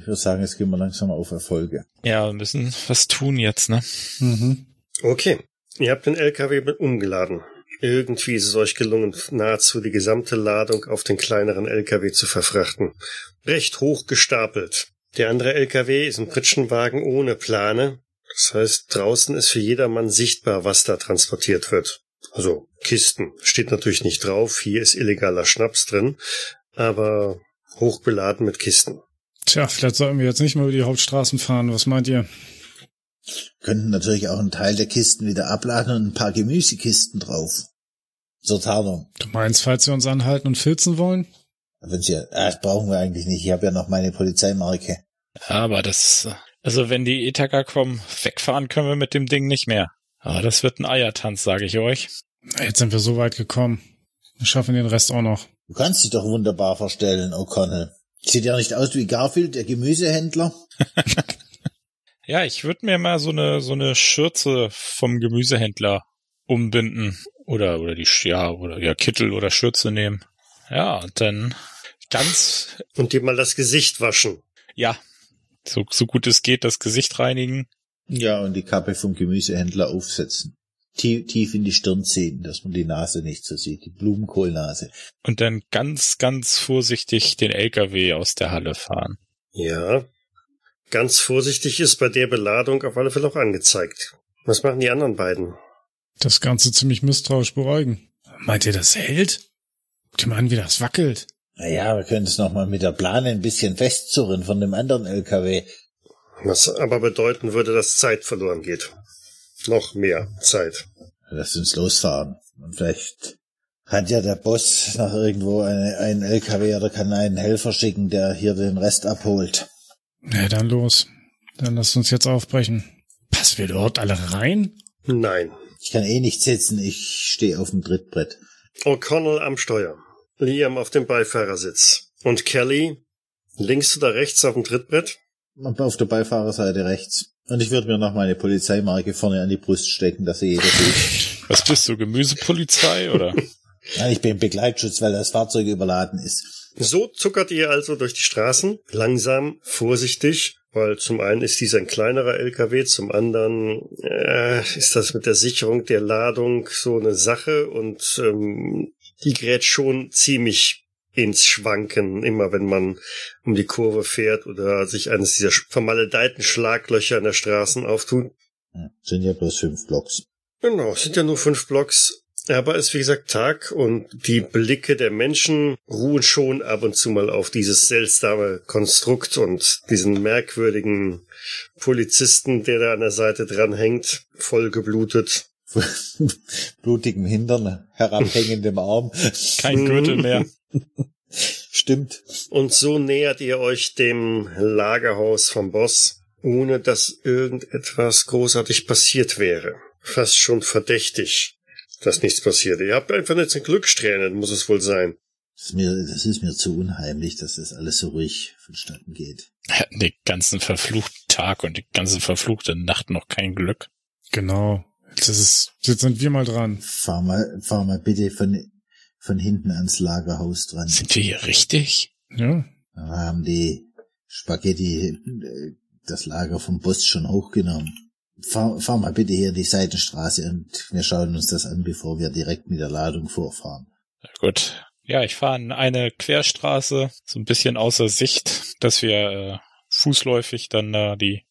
Speaker 3: Ich würde sagen, jetzt gehen wir langsam auf Erfolge.
Speaker 5: Ja, wir müssen was tun jetzt, ne?
Speaker 2: Mhm.
Speaker 1: Okay. Ihr habt den LKW mit umgeladen. Irgendwie ist es euch gelungen, nahezu die gesamte Ladung auf den kleineren LKW zu verfrachten. Recht hoch gestapelt. Der andere LKW ist ein Pritschenwagen ohne Plane. Das heißt, draußen ist für jedermann sichtbar, was da transportiert wird. Also Kisten. Steht natürlich nicht drauf. Hier ist illegaler Schnaps drin. Aber hochbeladen mit Kisten.
Speaker 2: Tja, vielleicht sollten wir jetzt nicht mal über die Hauptstraßen fahren. Was meint ihr?
Speaker 3: Könnten natürlich auch einen Teil der Kisten wieder abladen und ein paar Gemüsekisten drauf. Zur Tarnung.
Speaker 2: Du meinst, falls sie uns anhalten und filzen wollen?
Speaker 3: Wenn sie, ah, das brauchen wir eigentlich nicht. Ich habe ja noch meine Polizeimarke.
Speaker 5: Aber das, also wenn die Etaka kommen, wegfahren können wir mit dem Ding nicht mehr. Aber das wird ein Eiertanz, sage ich euch.
Speaker 2: Jetzt sind wir so weit gekommen. Wir schaffen den Rest auch noch.
Speaker 3: Du kannst dich doch wunderbar verstellen, O'Connell. Sieht ja nicht aus wie Garfield, der Gemüsehändler.
Speaker 5: Ja, ich würde mir mal so eine, so eine Schürze vom Gemüsehändler umbinden. Oder, oder die, Sch- ja, oder, ja, Kittel oder Schürze nehmen. Ja, und dann ganz,
Speaker 1: Und dir mal das Gesicht waschen.
Speaker 5: ja, so, so gut es geht, das Gesicht reinigen.
Speaker 3: Ja, und die Kappe vom Gemüsehändler aufsetzen. Tief, tief in die Stirn ziehen, dass man die Nase nicht so sieht. Die Blumenkohlnase.
Speaker 5: Und dann ganz, ganz vorsichtig den LKW aus der Halle fahren.
Speaker 1: Ja. Ganz vorsichtig ist bei der Beladung auf alle Fälle auch angezeigt. Was machen die anderen beiden?
Speaker 2: Das Ganze ziemlich misstrauisch beäugen. Meint ihr, das hält? Guck dir mal an, wie das wackelt.
Speaker 3: Naja, wir können es nochmal mit der Plane ein bisschen festzurren von dem anderen LKW.
Speaker 1: Was aber bedeuten würde, dass Zeit verloren geht. Noch mehr Zeit.
Speaker 3: Lass uns losfahren. Und vielleicht hat ja der Boss nach irgendwo eine, einen LKW oder kann einen Helfer schicken, der hier den Rest abholt.
Speaker 2: Na, dann los. Dann lasst uns jetzt aufbrechen. Passen wir dort alle rein?
Speaker 1: Nein.
Speaker 3: Ich kann eh nicht sitzen, ich stehe auf dem Trittbrett.
Speaker 1: O'Connell am Steuer. Liam auf dem Beifahrersitz. Und Kelly links oder rechts auf dem Trittbrett?
Speaker 3: Auf der Beifahrerseite rechts. Und ich würde mir noch meine Polizeimarke vorne an die Brust stecken, dass sie jeder sieht.
Speaker 5: Was bist du, Gemüsepolizei oder?
Speaker 3: Nein, ich bin Begleitschutz, weil das Fahrzeug überladen ist.
Speaker 1: So zuckert ihr also durch die Straßen, langsam, vorsichtig, weil zum einen ist dies ein kleinerer LKW, zum anderen äh, ist das mit der Sicherung der Ladung so eine Sache und ähm, die gerät schon ziemlich ins Schwanken, immer wenn man um die Kurve fährt oder sich eines dieser sch- vermaledeiten Schlaglöcher in der Straßen auftut.
Speaker 3: Hm, Sind ja bloß fünf Blocks. <laughs>
Speaker 1: Genau, es sind ja nur fünf Blocks. Aber es ist wie gesagt Tag und die Blicke der Menschen ruhen schon ab und zu mal auf dieses seltsame Konstrukt und diesen merkwürdigen Polizisten, der da an der Seite dranhängt, vollgeblutet.
Speaker 3: Blutigem Hintern, herabhängendem Arm.
Speaker 5: Kein Gürtel mehr.
Speaker 3: Stimmt.
Speaker 1: Und so nähert ihr euch dem Lagerhaus vom Boss, ohne dass irgendetwas großartig passiert wäre. Fast schon verdächtig, dass nichts passiert. Ihr habt einfach jetzt einen Glückssträhnen, muss es wohl sein.
Speaker 3: Das ist, mir, das ist mir zu unheimlich, dass das alles so ruhig vonstatten geht.
Speaker 5: Den ganzen verfluchten Tag und die ganze verfluchte Nacht noch kein Glück.
Speaker 2: Genau. Jetzt ist es, jetzt sind wir mal dran.
Speaker 3: Fahr mal, fahr mal bitte von, von hinten ans Lagerhaus dran.
Speaker 5: Sind wir hier richtig?
Speaker 2: Ja.
Speaker 3: Da haben die Spaghetti äh, das Lager vom Boss schon hochgenommen. Fahr, fahr mal bitte hier die Seitenstraße und wir schauen uns das an, bevor wir direkt mit der Ladung vorfahren.
Speaker 5: Na gut. Ja, ich fahre in eine Querstraße, so ein bisschen außer Sicht, dass wir äh, fußläufig dann äh, die,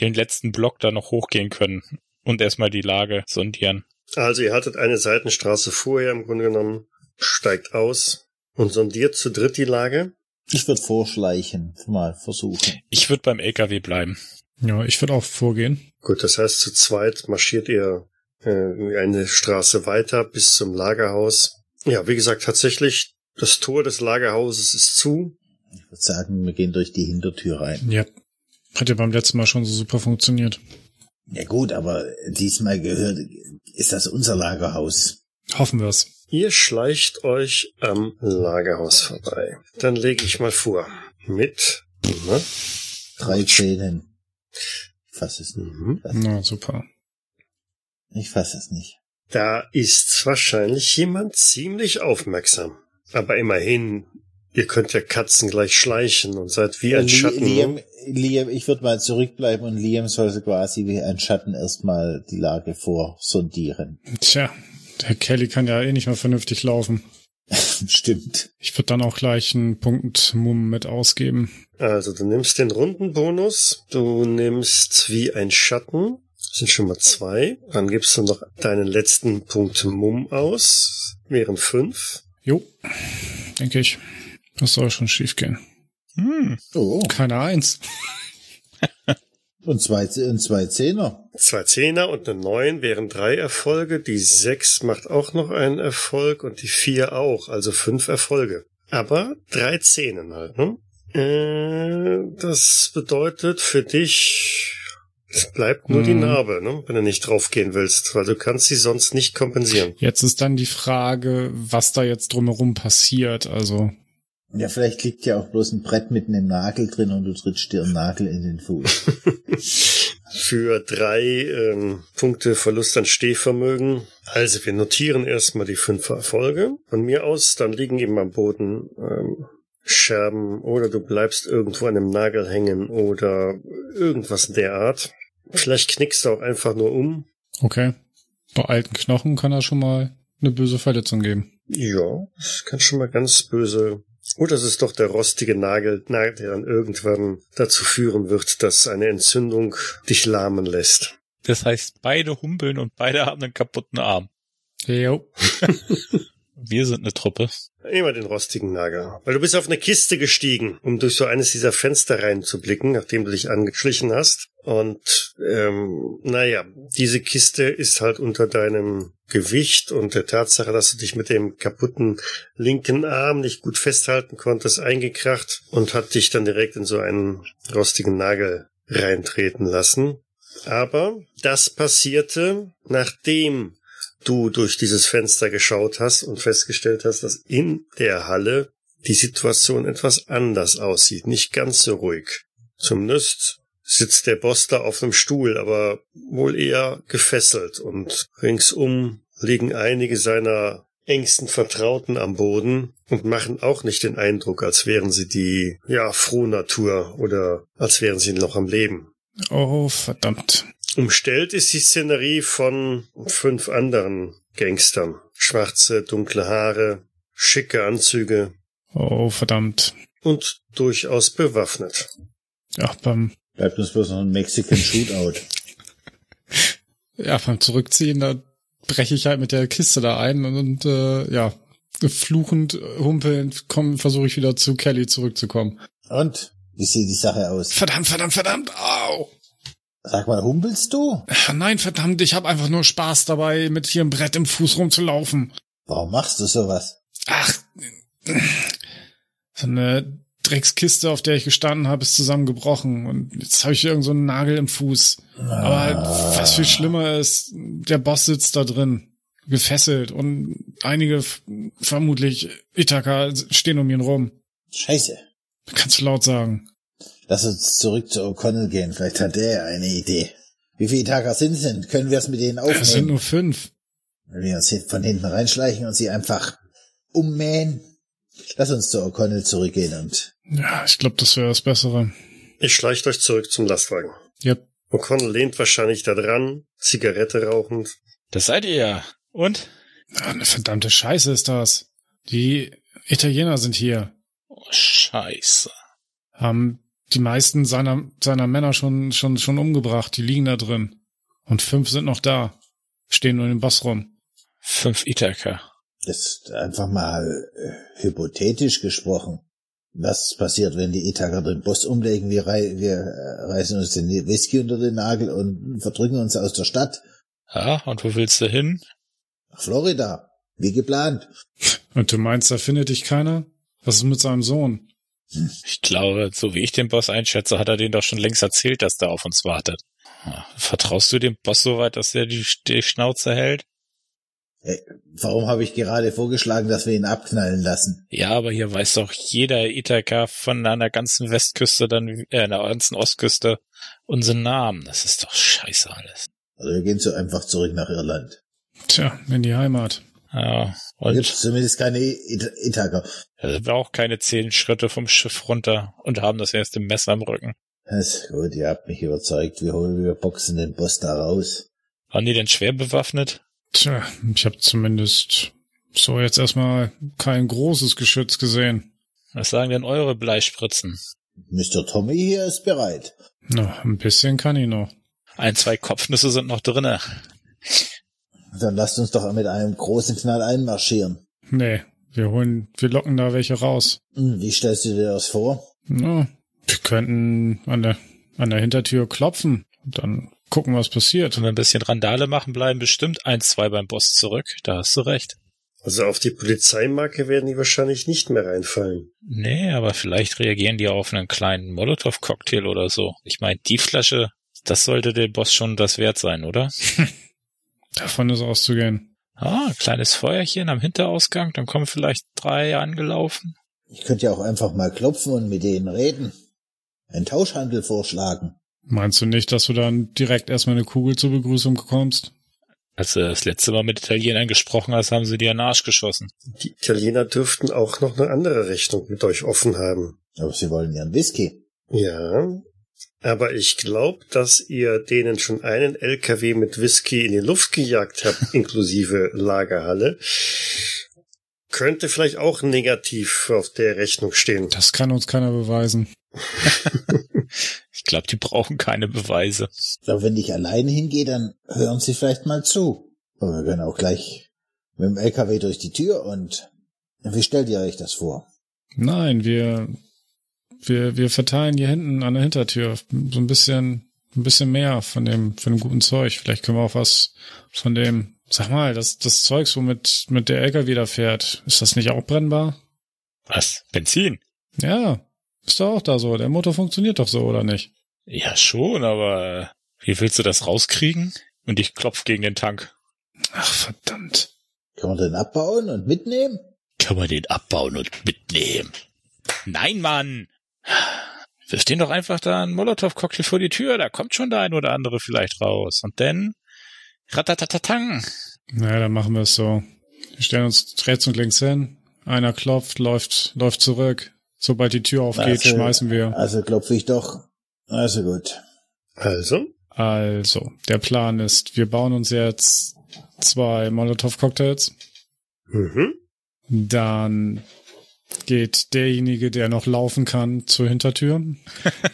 Speaker 5: den letzten Block da noch hochgehen können und erstmal die Lage sondieren.
Speaker 1: Also ihr hattet eine Seitenstraße vorher im Grunde genommen, steigt aus und sondiert zu dritt die Lage.
Speaker 3: Ich würde vorschleichen, mal versuchen.
Speaker 5: Ich würde beim LKW bleiben.
Speaker 2: Ja, ich würde auch vorgehen.
Speaker 1: Gut, das heißt, zu zweit marschiert ihr äh, eine Straße weiter bis zum Lagerhaus. Ja, wie gesagt, tatsächlich, das Tor des Lagerhauses ist zu.
Speaker 3: Ich würde sagen, wir gehen durch die Hintertür rein.
Speaker 2: Ja. Hat ja beim letzten Mal schon so super funktioniert.
Speaker 3: Ja gut, aber diesmal gehört, ist das unser Lagerhaus.
Speaker 2: Hoffen wir's.
Speaker 1: Ihr schleicht euch am Lagerhaus vorbei. Dann lege ich mal vor. Mit. Ne?
Speaker 3: Drei Zähnen. Ich fasse es nicht.
Speaker 1: Mhm.
Speaker 2: Na, super.
Speaker 3: Ich fasse es nicht.
Speaker 1: Da ist wahrscheinlich jemand ziemlich aufmerksam. Aber immerhin, ihr könnt ja Katzen gleich schleichen und seid wie ein
Speaker 3: Äh, Li-
Speaker 1: Schatten.
Speaker 3: Liam,
Speaker 1: ne?
Speaker 3: Liam, ich würde mal zurückbleiben und Liam soll so quasi wie ein Schatten erstmal die Lage vorsondieren.
Speaker 2: Tja, der Kelly kann ja eh nicht mehr vernünftig laufen.
Speaker 3: <laughs> Stimmt.
Speaker 2: Ich würde dann auch gleich einen Punkt Mumm mit ausgeben.
Speaker 1: Also, du nimmst den Rundenbonus, du nimmst wie ein Schatten, das sind schon mal zwei. Dann gibst du noch deinen letzten Punkt Mumm aus, wären fünf.
Speaker 2: Jo, denke ich. Das soll schon schief gehen.
Speaker 5: Hm,
Speaker 3: Oh.
Speaker 2: Keine Eins.
Speaker 3: Und zwei, und zwei Zehner.
Speaker 1: Zwei Zehner und eine Neun wären drei Erfolge, die Sechs macht auch noch einen Erfolg und die Vier auch, also fünf Erfolge. Aber drei Zehnen halt, ne? Äh, das bedeutet für dich, es bleibt nur die
Speaker 2: Mhm.
Speaker 1: Narbe, ne? Wenn du nicht draufgehen willst, weil du kannst sie sonst nicht kompensieren.
Speaker 2: Jetzt ist dann die Frage, was da jetzt drumherum passiert. Also,
Speaker 3: Ja, vielleicht liegt ja auch bloß ein Brett mit einem Nagel drin und du trittst dir einen Nagel in den Fuß.
Speaker 1: Für drei ähm, Punkte Verlust an Stehvermögen. Also wir notieren erstmal die fünf Erfolge. Von mir aus, dann liegen eben am Boden ähm, Scherben oder du bleibst irgendwo an einem Nagel hängen oder irgendwas in der Art. Vielleicht knickst du auch einfach nur um.
Speaker 2: okay. Bei alten Knochen kann er schon mal eine böse Verletzung geben.
Speaker 1: Ja, das kann schon mal ganz böse. Oder es ist doch der rostige Nagel, na, der dann irgendwann dazu führen wird, dass eine Entzündung dich lahmen lässt.
Speaker 5: das heißt, beide humpeln und beide haben einen kaputten Arm.
Speaker 2: Jo.
Speaker 5: Wir sind eine Truppe.
Speaker 1: Immer den rostigen Nagel. Weil du bist auf eine Kiste gestiegen, um durch so eines dieser Fenster reinzublicken, nachdem du dich angeschlichen hast. Und ähm, naja, diese Kiste ist halt unter deinem Gewicht und der Tatsache, dass du dich mit dem kaputten linken Arm nicht gut festhalten konntest, eingekracht und hat dich dann direkt in so einen rostigen Nagel reintreten lassen. Aber das passierte, nachdem du durch dieses Fenster geschaut hast und festgestellt hast, dass in der Halle die Situation etwas anders aussieht, nicht ganz so ruhig. Zumindest sitzt der Boss da auf einem Stuhl, aber wohl eher gefesselt und ringsum liegen einige seiner engsten Vertrauten am Boden und machen auch nicht den Eindruck, als wären sie die, ja, Frohnatur oder als wären sie noch am Leben.
Speaker 2: Oh, verdammt.
Speaker 1: Umstellt ist die Szenerie von fünf anderen Gangstern. Schwarze, dunkle Haare, schicke Anzüge
Speaker 2: Oh, verdammt.
Speaker 1: und durchaus bewaffnet.
Speaker 2: Ach, beim,
Speaker 3: <laughs> Bleibt uns bloß noch ein Mexican Shootout.
Speaker 2: ja, beim Zurückziehen, da breche ich halt mit der Kiste da ein und, und äh, ja, fluchend, humpelnd komm- versuche ich wieder zu Kelly zurückzukommen.
Speaker 3: Und? Wie sieht die Sache aus?
Speaker 2: Verdammt, verdammt, verdammt. Au.
Speaker 3: Sag mal, humpelst du?
Speaker 2: Ah, Nein, verdammt, ich habe einfach nur Spaß dabei, mit hier im Brett im Fuß rumzulaufen.
Speaker 3: Warum machst du sowas?
Speaker 2: Ach, so eine Dreckskiste, auf der ich gestanden habe, ist zusammengebrochen und jetzt habe ich irgend so einen Nagel im Fuß. Aber halt, was viel schlimmer ist, der Boss sitzt da drin, gefesselt und einige f- vermutlich Ithaker stehen um ihn rum.
Speaker 3: Scheiße.
Speaker 2: Kannst du laut sagen.
Speaker 3: Lass uns zurück zu O'Connell gehen. Vielleicht hat er eine Idee. Wie viele Itaker sind es denn? Können wir es mit denen
Speaker 2: Es sind
Speaker 3: aufnehmen?
Speaker 2: nur fünf.
Speaker 3: Wenn wir uns hin- von hinten reinschleichen und sie einfach ummähen? Lass uns zu O'Connell zurückgehen und...
Speaker 2: Ja, ich glaube, das wäre das Bessere.
Speaker 1: Ich schleicht euch zurück zum Lastwagen.
Speaker 2: Ja,
Speaker 1: O'Connell lehnt wahrscheinlich da dran, Zigarette rauchend.
Speaker 5: Das seid ihr ja. Und?
Speaker 2: Ah, Eine verdammte Scheiße ist das. Die Italiener sind hier.
Speaker 5: Oh, scheiße.
Speaker 2: Haben die meisten seiner, seiner Männer schon, schon, schon umgebracht. Die liegen da drin. Und fünf sind noch da. Stehen nur im Bass rum.
Speaker 5: Fünf Ithaker.
Speaker 3: Das ist einfach mal äh, hypothetisch gesprochen. Was passiert, wenn die Ithaker den Boss umlegen? Wir, rei wir äh, reißen uns den Whisky unter den Nagel und verdrücken uns aus der Stadt.
Speaker 5: Ja, und wo willst du hin?
Speaker 3: Nach Florida. Wie geplant.
Speaker 2: Und du meinst, da findet dich keiner? Was ist mit seinem Sohn?
Speaker 5: Ich glaube, so wie ich den Boss einschätze, hat er den doch schon längst erzählt, dass der auf uns wartet. Vertraust du dem Boss so weit, dass er die, die Schnauze hält?
Speaker 3: Hey, warum habe ich gerade vorgeschlagen, dass wir ihn abknallen lassen?
Speaker 5: Ja, aber hier weiß doch jeder Ithaca von einer ganzen Westküste, dann äh, einer ganzen Ostküste unseren Namen. Das ist doch scheiße alles.
Speaker 3: Also wir gehen so einfach zurück nach Irland.
Speaker 2: Tja, in die Heimat.
Speaker 5: Ja,
Speaker 3: Da
Speaker 5: und
Speaker 3: gibt's zumindest keine It Ithaker.
Speaker 5: da sind wir auch keine zehn Schritte vom Schiff runter und haben das erste Messer am Rücken.
Speaker 3: Das ist gut, ihr habt mich überzeugt. Wir holen, wir boxen den Boss da raus.
Speaker 5: Waren die denn schwer bewaffnet?
Speaker 2: Tja, ich habe zumindest so jetzt erstmal kein großes Geschütz gesehen.
Speaker 5: Was sagen denn eure Bleispritzen?
Speaker 3: Mr. Tommy hier ist bereit.
Speaker 2: Na, ein bisschen kann ich noch.
Speaker 5: Ein, zwei Kopfnüsse sind noch drinne.
Speaker 3: Dann lasst uns doch mit einem großen Knall einmarschieren.
Speaker 2: Nee, wir holen, wir locken da welche raus.
Speaker 3: Hm, Wie stellst du dir das vor?
Speaker 2: Na, wir könnten an der, an der Hintertür klopfen und dann gucken, was passiert.
Speaker 5: Wenn wir ein bisschen Randale machen, bleiben bestimmt ein, zwei beim Boss zurück. Da hast du recht.
Speaker 1: Also auf die Polizeimarke werden die wahrscheinlich nicht mehr reinfallen.
Speaker 5: Nee, aber vielleicht reagieren die auf einen kleinen Molotow-Cocktail oder so. Ich meine, die Flasche, das sollte dem Boss schon das wert sein, oder?
Speaker 2: Davon ist auszugehen.
Speaker 5: Ah, kleines Feuerchen am Hinterausgang, dann kommen vielleicht drei angelaufen.
Speaker 3: Ich könnte ja auch einfach mal klopfen und mit denen reden. Einen Tauschhandel vorschlagen.
Speaker 2: Meinst du nicht, dass du dann direkt erstmal eine Kugel zur Begrüßung bekommst?
Speaker 5: Als du das letzte Mal mit Italienern gesprochen hast, haben sie dir in den Arsch geschossen.
Speaker 1: Die Italiener dürften auch noch eine andere Rechnung mit euch offen haben.
Speaker 3: Aber sie wollen ihren Whisky.
Speaker 1: Ja. Aber ich glaube, dass ihr denen schon einen LKW mit Whisky in die Luft gejagt habt, inklusive Lagerhalle. Könnte vielleicht auch negativ auf der Rechnung stehen.
Speaker 2: Das kann uns keiner beweisen.
Speaker 5: Ich glaube, die brauchen keine Beweise.
Speaker 3: Aber wenn ich alleine hingehe, dann hören sie vielleicht mal zu. Aber wir können auch gleich mit dem LKW durch die Tür und wie stellt ihr euch das vor?
Speaker 2: Nein, wir, wir, wir verteilen hier hinten an der Hintertür so ein bisschen, ein bisschen mehr von dem, von dem guten Zeug. Vielleicht können wir auch was von dem, sag mal, das, das Zeugs, womit, mit der LKW da fährt, ist das nicht auch brennbar?
Speaker 5: Was? Benzin?
Speaker 2: Ja, ist doch auch da so. Der Motor funktioniert doch so, oder nicht?
Speaker 5: Ja, schon, aber äh, wie willst du das rauskriegen? Und ich klopf gegen den Tank.
Speaker 2: Ach, verdammt.
Speaker 3: Kann man den abbauen und mitnehmen?
Speaker 5: Kann man den abbauen und mitnehmen? Nein, Mann! Wir stehen doch einfach da einen Molotow-Cocktail vor die Tür, da kommt schon der ein oder andere vielleicht raus. Und dann ratatatatang.
Speaker 2: Naja, dann machen wir es so. Wir stellen uns rechts und links hin. Einer klopft, läuft, läuft zurück. Sobald die Tür aufgeht,
Speaker 3: Also-
Speaker 2: schmeißen wir.
Speaker 3: Also klopfe ich doch. Also gut.
Speaker 1: Also,
Speaker 2: Also, der Plan ist, wir bauen uns jetzt zwei Molotow-Cocktails.
Speaker 1: mhm.
Speaker 2: Dann geht derjenige, der noch laufen kann, zur Hintertür.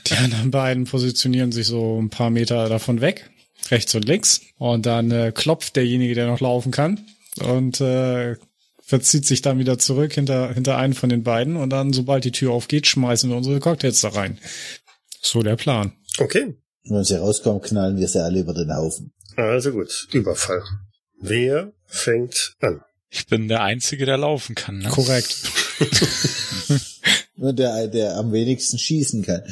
Speaker 2: Die anderen beiden positionieren sich so ein paar Meter davon weg, rechts und links. Und dann äh, klopft derjenige, der noch laufen kann. Und äh, verzieht sich dann wieder zurück hinter, hinter einen von den beiden. Und dann, sobald die Tür aufgeht, schmeißen wir unsere Cocktails da rein. So der Plan.
Speaker 1: okay.
Speaker 3: Und wenn sie rauskommen, knallen wir sie alle über den Haufen.
Speaker 1: Also gut, Überfall. Wer fängt an?
Speaker 5: Ich bin der Einzige, der laufen kann. Ne?
Speaker 2: Korrekt.
Speaker 3: Nur der, der am wenigsten schießen kann.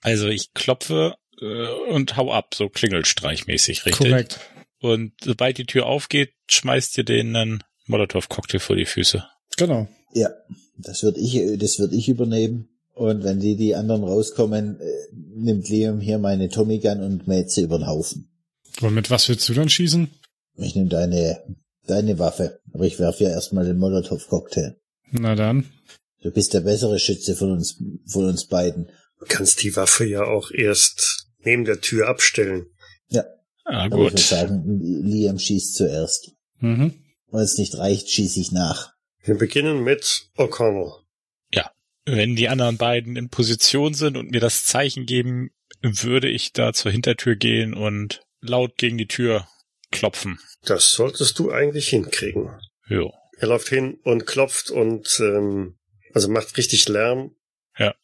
Speaker 5: Also ich klopfe äh, und hau ab, so klingelstreichmäßig, richtig?
Speaker 2: Korrekt.
Speaker 5: Und sobald die Tür aufgeht, schmeißt ihr denen einen Molotow-Cocktail vor die Füße.
Speaker 2: Genau.
Speaker 3: Ja, das würde ich, das würde ich übernehmen. Und wenn die, die anderen rauskommen, äh, nimmt Liam hier meine Tommy Gun und mäht sie über den Haufen.
Speaker 2: Und mit was willst du dann schießen?
Speaker 3: Ich nehme deine, deine Waffe. Aber ich werfe ja erstmal den Molotow-Cocktail.
Speaker 2: Na dann.
Speaker 3: Du bist der bessere Schütze von uns, von uns beiden.
Speaker 1: Du kannst die Waffe ja auch erst neben der Tür abstellen.
Speaker 3: Aber
Speaker 5: Ah,
Speaker 3: ich
Speaker 5: gut.
Speaker 3: würde sagen, Liam schießt zuerst.
Speaker 2: Mhm.
Speaker 3: Wenn es nicht reicht, schieße ich nach.
Speaker 1: Wir beginnen mit O'Connell.
Speaker 5: Wenn die anderen beiden in Position sind und mir das Zeichen geben, würde ich da zur Hintertür gehen und laut gegen die Tür klopfen.
Speaker 1: Das solltest du eigentlich hinkriegen.
Speaker 5: Jo.
Speaker 1: Er läuft hin und klopft und ähm, also macht richtig Lärm.
Speaker 5: Ja.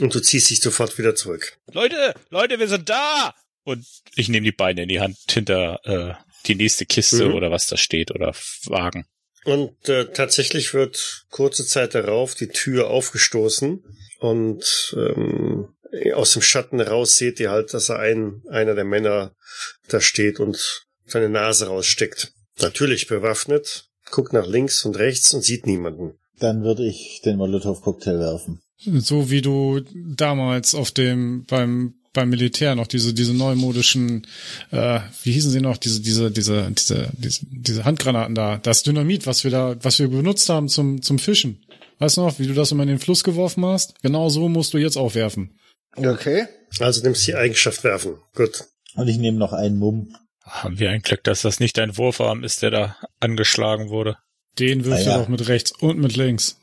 Speaker 1: Und du ziehst dich sofort wieder zurück.
Speaker 5: Leute, Leute, wir sind da! Und ich nehme die Beine in die Hand hinter äh, die nächste Kiste
Speaker 1: Mhm.
Speaker 5: oder was da steht oder Wagen.
Speaker 1: Und äh, tatsächlich wird kurze Zeit darauf die Tür aufgestoßen und ähm, aus dem Schatten heraus seht ihr halt, dass er ein, einer der Männer da steht und seine Nase raussteckt. Natürlich bewaffnet, guckt nach links und rechts und sieht niemanden.
Speaker 3: Dann würde ich den Molotow-Cocktail werfen.
Speaker 2: So wie du damals auf dem, beim, beim Militär noch diese, diese neumodischen, äh, wie hießen sie noch, diese, diese, diese, diese, diese, diese Handgranaten da, das Dynamit, was wir da, was wir benutzt haben zum, zum Fischen. Weißt du noch, wie du das immer in den Fluss geworfen hast? Genau so musst du jetzt auch werfen.
Speaker 3: Okay.
Speaker 1: Also nimmst die Eigenschaft werfen. Gut.
Speaker 3: Und ich nehme noch einen Mumm.
Speaker 5: Haben wir ein Glück, dass das nicht dein Wurfarm ist, der da angeschlagen wurde.
Speaker 2: Den wirfst
Speaker 3: Ah, ja.
Speaker 2: du doch mit rechts und mit links.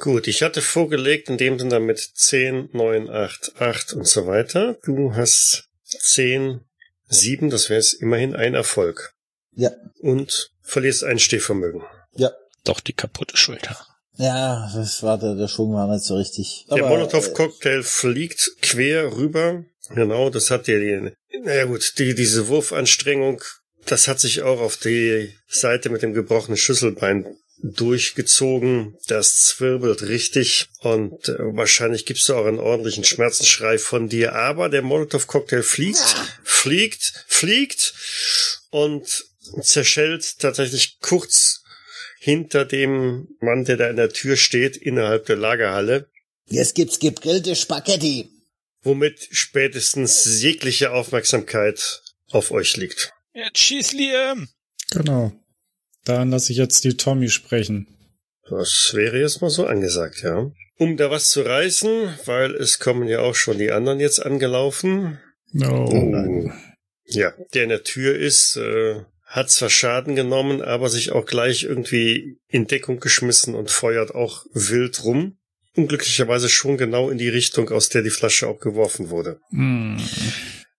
Speaker 1: Gut, ich hatte vorgelegt, in dem sind damit 10, 9, 8, 8 und so weiter. Du hast 10, 7, das wäre immerhin ein Erfolg.
Speaker 3: Ja.
Speaker 1: Und verlierst ein Stehvermögen.
Speaker 5: Doch die kaputte Schulter.
Speaker 3: Ja, das war der, der Schwung war nicht so richtig.
Speaker 1: Der
Speaker 3: äh,
Speaker 1: Molotow-Cocktail fliegt quer rüber. Genau, das hat dir die, naja gut, die, diese Wurfanstrengung, das hat sich auch auf die Seite mit dem gebrochenen Schlüsselbein durchgezogen. Das zwirbelt richtig und äh, wahrscheinlich gibst du auch einen ordentlichen Schmerzensschrei von dir. Aber der Molotow-Cocktail fliegt, fliegt, fliegt und zerschellt tatsächlich kurz hinter dem Mann, der da in der Tür steht, innerhalb der Lagerhalle
Speaker 3: äh, Jetzt gibt's gegrillte Spaghetti.
Speaker 1: womit spätestens jegliche Aufmerksamkeit auf euch liegt.
Speaker 5: Jetzt schieß Liam!
Speaker 2: Genau. Dann lasse ich jetzt die Tommy sprechen.
Speaker 1: Das wäre jetzt mal so angesagt, ja. Um da was zu reißen, weil es kommen ja auch schon die anderen jetzt angelaufen.
Speaker 2: No.
Speaker 3: Oh,
Speaker 1: Ja, der in der Tür ist, äh, hat zwar Schaden genommen, aber sich auch gleich irgendwie in Deckung geschmissen und feuert auch wild rum. Unglücklicherweise schon genau in die Richtung, aus der die Flasche auch geworfen wurde.
Speaker 2: Mm.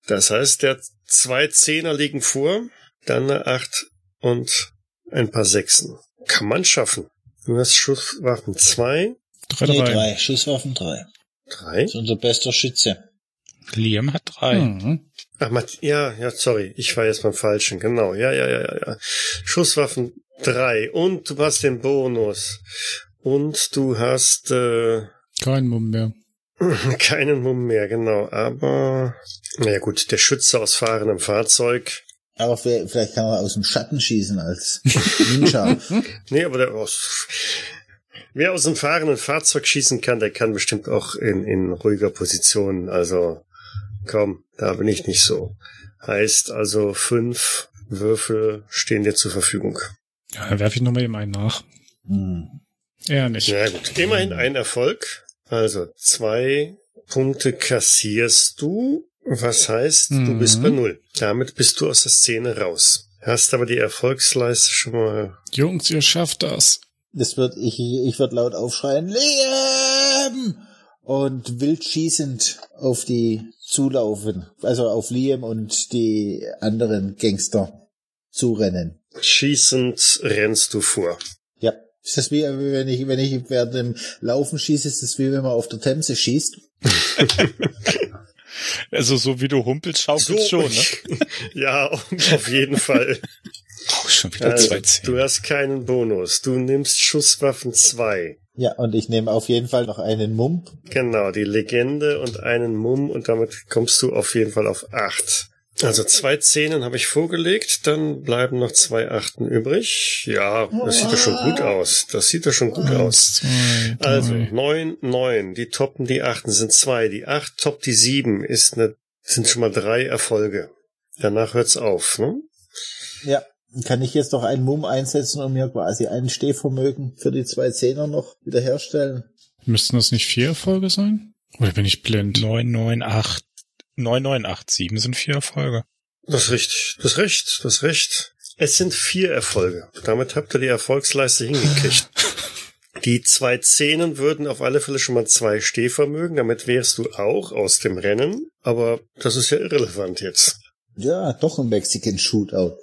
Speaker 1: Das heißt, der zwei Zehner liegen vor, dann eine Acht und ein paar Sechsen. Kann man schaffen. Du hast Schusswaffen zwei,
Speaker 2: Drei
Speaker 3: Nee,
Speaker 2: dabei.
Speaker 3: drei. Schusswaffen drei.
Speaker 1: drei.
Speaker 3: Das ist unser bester Schütze.
Speaker 5: Liam hat drei.
Speaker 2: Mhm.
Speaker 1: Ach, Mat ja, ja, sorry, ich war jetzt beim Falschen, genau. Ja, ja, ja, ja, ja. Schusswaffen drei und du hast den Bonus. Und du hast äh, <laughs>
Speaker 2: Kein Mumm mehr.
Speaker 1: keinen Mumm mehr, genau. Aber, naja gut, der Schütze aus fahrendem Fahrzeug.
Speaker 3: Aber vielleicht vielleicht kann man aus dem Schatten schießen als Ninja.
Speaker 1: Nee, aber der. Oh, wer aus dem fahrenden Fahrzeug schießen kann, der kann bestimmt auch in, in ruhiger Position. Also, komm, da bin ich nicht so. Heißt also, fünf Würfel stehen dir zur Verfügung.
Speaker 2: Ja, dann werfe ich nochmal eben einen nach.
Speaker 3: hm.
Speaker 2: Eher nicht.
Speaker 1: Na gut, immerhin ein Erfolg. Also, zwei Punkte kassierst du. Was heißt, du
Speaker 2: Mhm.
Speaker 1: bist bei null. Damit bist du aus der Szene raus. Hast aber die Erfolgsleiste schon mal.
Speaker 2: Jungs, ihr schafft das.
Speaker 3: Das wird, ich, ich würde laut aufschreien, Liam! Und wild schießend auf die zulaufen. Also auf Liam und die anderen Gangster zurennen.
Speaker 1: Schießend rennst du vor.
Speaker 3: Ja. Ist das wie, wie wenn ich, wenn ich während dem Laufen schieße, ist das wie wenn man auf der Themse schießt?
Speaker 5: Also so wie du humpelst, schaukelst schon, ne?
Speaker 1: <laughs> ja, auf jeden
Speaker 5: <laughs>
Speaker 1: Fall.
Speaker 5: Oh, schon wieder
Speaker 1: Also,
Speaker 5: zwei Zehn.
Speaker 1: du hast keinen Bonus. Du nimmst Schusswaffen 2.
Speaker 3: Ja, und ich nehme auf jeden Fall noch einen Mump.
Speaker 1: Genau, die Legende und einen Mumm und damit kommst du auf jeden Fall auf 8. Also zwei Zehnen habe ich vorgelegt, dann bleiben noch zwei Achten übrig. Ja, das sieht doch schon gut aus. Das sieht doch schon gut aus.
Speaker 2: Zwei, drei.
Speaker 1: Also neun, neun. Die toppen die Achten sind zwei. Die Acht toppt die sieben ist eine, sind schon mal drei Erfolge. Danach hört's auf, ne?
Speaker 3: Ja. Kann ich jetzt noch einen Mumm einsetzen und mir quasi ein Stehvermögen für die zwei Zehner noch wiederherstellen?
Speaker 2: Müssten das nicht vier Erfolge sein? Oder bin ich blind?
Speaker 5: Neun, neun, acht. Neun, neun, acht, sieben sind vier Erfolge.
Speaker 1: Das ist recht, das ist recht, das ist recht. Es sind vier Erfolge. Damit habt ihr die Erfolgsleiste hingekriegt. Die zwei Zähnen würden auf alle Fälle schon mal zwei Stehvermögen. Damit wärst du auch aus dem Rennen. Aber das ist ja irrelevant jetzt.
Speaker 3: Ja, doch ein Mexican Shootout.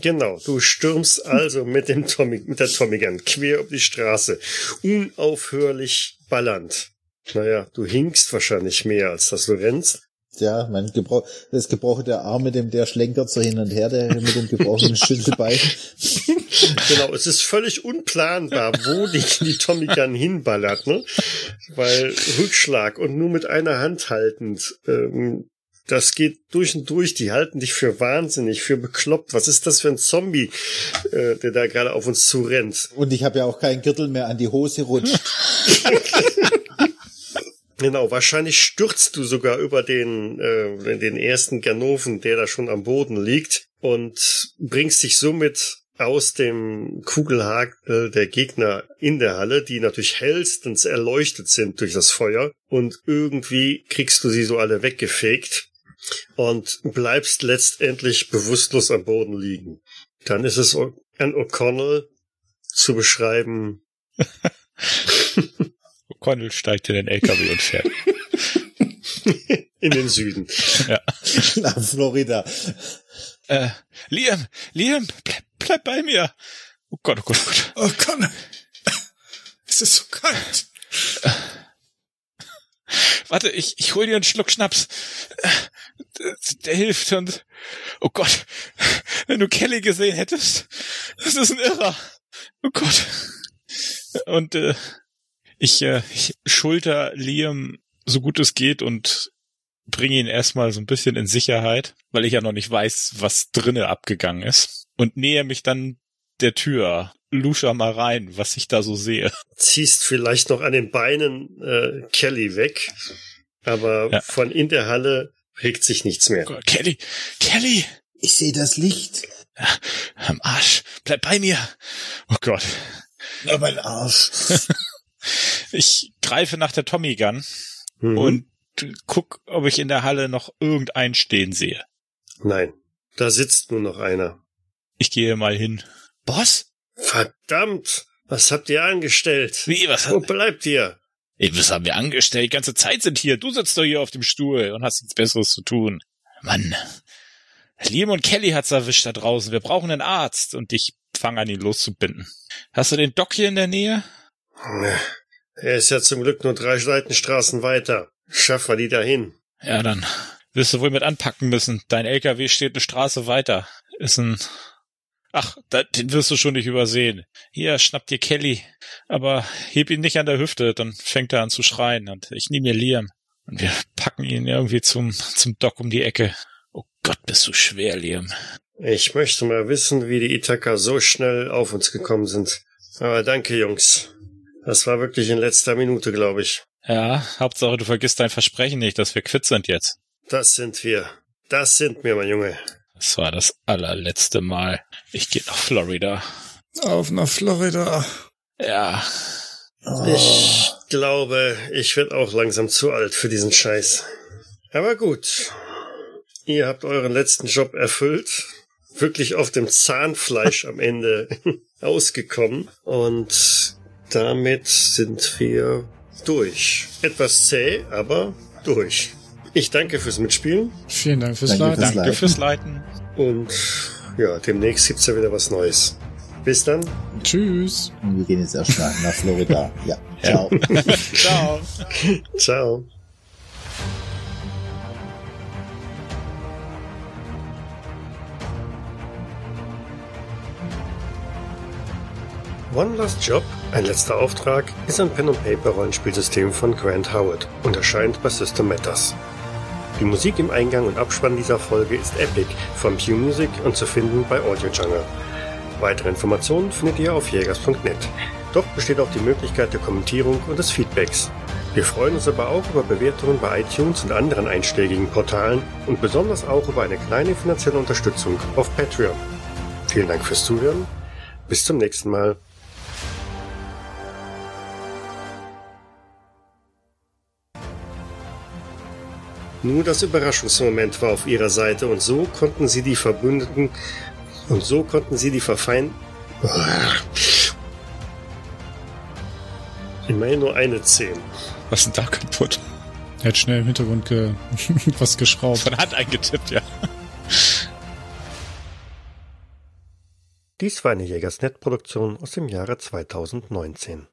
Speaker 1: Genau, du stürmst also mit dem Tommy, mit der Tommy Gun quer über die Straße, unaufhörlich ballernd. Naja, du hinkst wahrscheinlich mehr, als dass du rennst.
Speaker 3: Ja, mein Gebro das Gebrochen der Arm mit dem, der schlenkert so hin und her, der mit dem <laughs> gebrochenen Schlüsselbein.
Speaker 1: Genau, es ist völlig unplanbar, wo die, die Tommy Gun hinballert, ne? Weil Rückschlag und nur mit einer Hand haltend, ähm, das geht durch und durch. Die halten dich für wahnsinnig, für bekloppt. Was ist das für ein Zombie, äh, der da gerade auf uns zurennt?
Speaker 3: Und ich habe ja auch keinen Gürtel mehr an die Hose rutscht. <laughs>
Speaker 1: Genau, wahrscheinlich stürzt du sogar über den, äh, den ersten Ganoven, der da schon am Boden liegt, und bringst dich somit aus dem Kugelhagel der Gegner in der Halle, die natürlich hellstens erleuchtet sind durch das Feuer, und irgendwie kriegst du sie so alle weggefegt und bleibst letztendlich bewusstlos am Boden liegen. Dann ist es O- an O'Connell zu beschreiben, <laughs>
Speaker 5: O'Connell steigt in den LKW und fährt.
Speaker 1: in den Süden.
Speaker 3: Nach Florida.
Speaker 5: äh, Liam, Liam, bleib, bleib bei mir. Oh Gott, oh Gott, oh Gott.
Speaker 2: Oh Gott. <laughs> Es ist so kalt.
Speaker 5: Äh, Warte, ich, ich hol dir einen Schluck Schnaps. Äh, Der hilft und, oh Gott, wenn du Kelly gesehen hättest, das ist ein Irrer. Oh Gott. Und äh, ich, äh, ich schulter Liam so gut es geht und bringe ihn erstmal so ein bisschen in Sicherheit, weil ich ja noch nicht weiß, was drinne abgegangen ist. Und nähe mich dann der Tür. Lusche mal rein, was ich da so sehe.
Speaker 1: ziehst vielleicht noch an den Beinen äh, Kelly weg, aber
Speaker 5: Ja.
Speaker 1: von in der Halle regt sich nichts mehr.
Speaker 5: Oh Gott, Kelly, Kelly!
Speaker 3: Ich sehe das Licht.
Speaker 5: Am Arsch, bleib bei mir. Oh Gott.
Speaker 3: Na, mein Arsch.
Speaker 5: Ich greife nach der Tommy Gun
Speaker 1: Mhm.
Speaker 5: und guck, ob ich in der Halle noch irgendeinen stehen sehe.
Speaker 1: Nein, da sitzt nur noch einer.
Speaker 5: Ich gehe mal hin. Boss?
Speaker 1: Verdammt, was habt ihr angestellt?
Speaker 5: Wie, was,
Speaker 1: Wo bleibt ihr?
Speaker 5: Ey, was haben wir angestellt? Die ganze Zeit sind hier. Du sitzt doch hier auf dem Stuhl und hast nichts Besseres zu tun. Mann. Liam und Kelly hat's erwischt da draußen. Wir brauchen einen Arzt. Und ich fange an, ihn loszubinden. Hast du den Doc hier in der Nähe?
Speaker 1: Äh, Er ist ja zum Glück nur drei Seitenstraßen weiter. Schaffen wir die dahin?
Speaker 5: Ja, dann wirst du wohl mit anpacken müssen. Dein LKW steht eine Straße weiter. Ist ein. Ach, da, den wirst du schon nicht übersehen. Hier, schnapp dir Kelly. Aber heb ihn nicht an der Hüfte, dann fängt er an zu schreien. Und ich nehme mir Liam. Und wir packen ihn irgendwie zum, zum Dock um die Ecke. Oh Gott, bist du schwer, Liam.
Speaker 1: Ich möchte mal wissen, wie die Ithaker so schnell auf uns gekommen sind. Aber danke, Jungs. Das war wirklich in letzter Minute, glaube ich.
Speaker 5: Ja, Hauptsache du vergisst dein Versprechen nicht, dass wir quitt sind jetzt.
Speaker 1: Das sind wir. Das sind wir, mein Junge.
Speaker 5: Das war das allerletzte Mal. Ich gehe nach Florida.
Speaker 2: Auf nach Florida.
Speaker 5: Ja.
Speaker 1: Ich glaube, ich werde auch langsam zu alt für diesen Scheiß. Aber gut. Ihr habt euren letzten Job erfüllt. Wirklich auf dem Zahnfleisch am Ende <laughs> ausgekommen. Und damit sind wir durch. Etwas zäh, aber durch. Ich danke fürs Mitspielen.
Speaker 2: Vielen Dank fürs Leiten.
Speaker 3: Danke fürs
Speaker 5: Danke
Speaker 3: Leiten.
Speaker 5: fürs Leiten.
Speaker 1: Und ja, demnächst gibt's ja wieder was Neues. Bis dann.
Speaker 2: Tschüss.
Speaker 3: Und wir gehen jetzt erstmal nach Florida. Ja, ciao.
Speaker 5: Ciao.
Speaker 1: Ciao. One Last Job, ein letzter Auftrag, ist ein Pen-and-Paper-Rollenspielsystem von Grant Howard und erscheint bei System Matters. Die Musik im Eingang und Abspann dieser Folge ist Epic von Pew Music und zu finden bei Audio Jungle. Weitere Informationen findet ihr auf jägers.net. Dort besteht auch die Möglichkeit der Kommentierung und des Feedbacks. Wir freuen uns aber auch über Bewertungen bei iTunes und anderen einschlägigen Portalen und besonders auch über eine kleine finanzielle Unterstützung auf Patreon. Vielen Dank fürs Zuhören. Bis zum nächsten Mal. Nur das Überraschungsmoment war auf ihrer Seite und so konnten sie die Verbündeten und so konnten sie die verfeind Immerhin nur eine 10.
Speaker 5: Was ist denn da kaputt?
Speaker 2: Er hat schnell im Hintergrund ge <laughs> was geschraubt.
Speaker 5: Von Hand eingetippt, ja.
Speaker 1: Dies war eine Jägersnet-Produktion aus dem Jahre 2019.